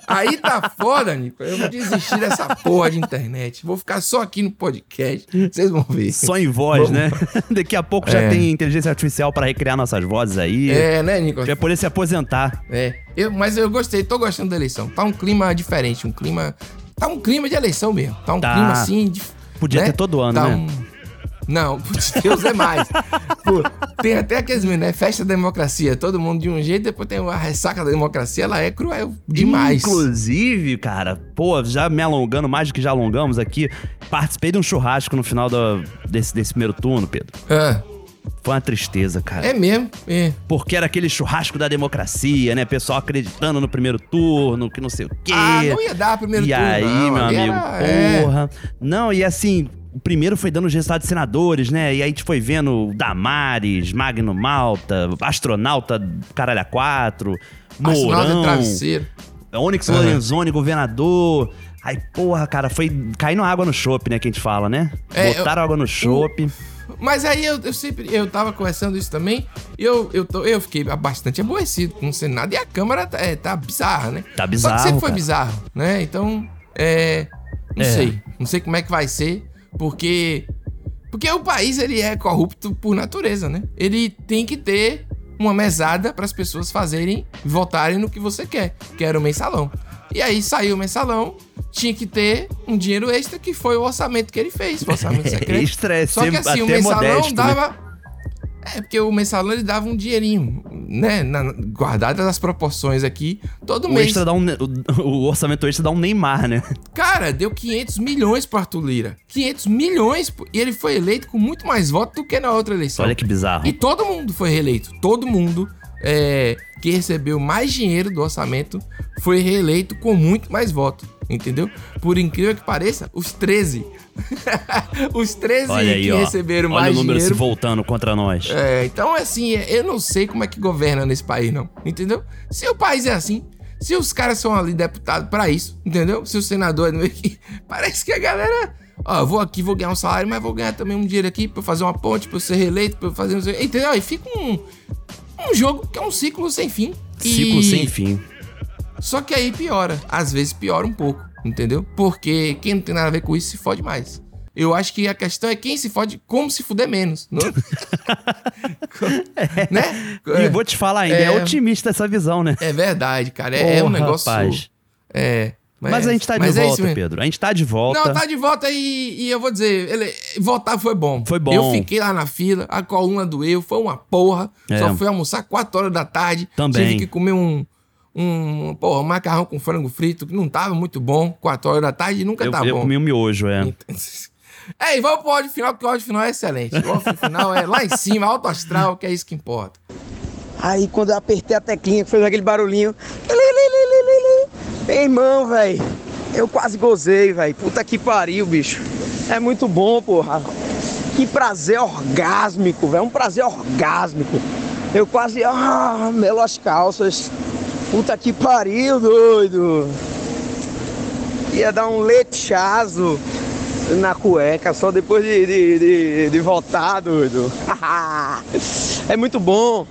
S4: aí tá foda, Nico. Eu vou desistir dessa porra de internet. Vou ficar só aqui no podcast. Vocês vão ver.
S5: Só em voz,
S4: Vamos.
S5: né? Daqui a pouco já
S4: É.
S5: tem inteligência artificial pra recriar nossas vozes aí.
S4: É, né, Nicolas?
S5: Já poder se aposentar.
S4: É. Eu, mas eu gostei, tô gostando da eleição. Tá um clima diferente, um clima. Tá um clima de eleição mesmo. Tá um
S5: Tá.
S4: clima assim. De,
S5: Podia ter todo ano,
S4: Tá
S5: né?
S4: um- Não, putz, Deus é mais. Pô, tem até aqueles meninos, né? Festa da democracia. Todo mundo de um jeito, depois tem a ressaca da democracia. Ela é cruel demais.
S5: Inclusive, cara, pô, já me alongando mais do que já alongamos aqui, participei de um churrasco no final da- desse, desse primeiro turno, Pedro. Foi uma tristeza, cara.
S4: Ah, É mesmo? É.
S5: Porque era aquele churrasco da democracia, né? Pessoal acreditando no primeiro turno, que não sei o quê.
S4: Ah, não ia dar primeiro
S5: e
S4: turno,
S5: aí,
S4: não,
S5: meu
S4: ali
S5: amigo,
S4: era- é.
S5: porra. Não, e assim, o primeiro foi dando os resultados de senadores, né? E aí a gente foi vendo o Damares, Magno Malta, Astronauta Caralho a 4,
S4: Astronauta
S5: Mourão.
S4: Travesseiro.
S5: Onyx
S4: Aham.
S5: Lorenzoni, governador. Aí, porra, cara, foi caindo água no chopp, né? Que a gente fala, né?
S4: É,
S5: Botaram água no chopp.
S4: Mas aí eu, eu sempre. Eu tava conversando isso também. E eu, eu, tô, eu fiquei bastante aborrecido com o Senado. E a Câmara tá, é, tá bizarra, né?
S5: Tá
S4: Só
S5: bizarro,
S4: que sempre foi
S5: cara.
S4: bizarro, né? Então. É. Não
S5: É.
S4: sei. Não sei como é que vai ser. Porque. Porque o país ele é corrupto por natureza, né? Ele tem que ter uma mesada para as pessoas fazerem, votarem no que você quer, que era o mensalão. E aí saiu o mensalão, tinha que ter um dinheiro extra que foi o orçamento que ele fez, o orçamento secreto.
S5: Extra é
S4: Só que
S5: ser
S4: assim, o
S5: até
S4: mensalão
S5: modesto, né?
S4: dava é, porque o mensalão ele dava um dinheirinho, né? Na, guardadas as proporções aqui, todo
S5: O,
S4: mês.
S5: extra dá um, o, o orçamento extra dá um Neymar, né?
S4: Cara, deu 500 milhões pro Arthur Lira. 500 milhões, pô, e ele foi eleito com muito mais votos do que na outra eleição.
S5: Olha que bizarro.
S4: E todo mundo foi reeleito. Todo mundo é, que recebeu mais dinheiro do orçamento foi reeleito com muito mais voto. Entendeu? Por incrível que pareça, os 13. os 13
S5: Olha aí,
S4: que
S5: ó.
S4: receberam
S5: Olha
S4: mais
S5: o número
S4: dinheiro
S5: se voltando contra nós.
S4: é, então assim, eu não sei como é que governa nesse país, não. Entendeu? Se o país é assim, se os caras são ali deputados pra isso, entendeu? Se o senador é meio que. Parece que a galera. Ó, eu vou aqui, vou ganhar um salário, mas vou ganhar também um dinheiro aqui pra eu fazer uma ponte, pra eu ser reeleito, pra eu fazer. não sei- Entendeu? E fica um. Um jogo que é um ciclo sem fim.
S5: Ciclo
S4: E-
S5: sem fim.
S4: Só que aí piora. Às vezes piora um pouco, entendeu? Porque quem não tem nada a ver com isso se fode mais. Eu acho que a questão é quem se fode, como se fuder menos. Não? né?
S5: É. E vou te falar ainda, é, otimista essa visão, né?
S4: É verdade, cara. É, é um
S5: Porra,
S4: negócio.
S5: rapaz.
S4: É.
S5: Mas, a gente tá de
S4: mas é isso
S5: volta,
S4: mesmo.
S5: Pedro. A gente tá de volta.
S4: Não, tá de volta e, e eu vou dizer, ele, votar foi bom. Foi
S5: bom.
S4: Eu fiquei lá na fila, a coluna doeu, foi uma porra.
S5: É.
S4: Só fui almoçar 4 horas da tarde.
S5: Também.
S4: Tive que comer um, um, porra, um macarrão com frango frito, que não tava muito bom. 4 horas da tarde e nunca
S5: eu,
S4: tá
S5: eu
S4: bom. Então tá
S5: comi um miojo, é.
S4: É, e vamos pro áudio final, porque o áudio final é excelente. O áudio final é lá em cima, alto astral, que é isso que importa.
S14: Aí quando eu apertei a teclinha, que fez aquele barulhinho. Meu irmão, velho. Eu quase gozei, velho. Puta que pariu, bicho. É muito bom, porra. Que prazer orgásmico, velho. Um prazer orgásmico. Eu quase. Ah, melo as calças. Puta que pariu, doido. Ia dar um lechazo na cueca só depois de, de, de, de votar, doido. é muito bom.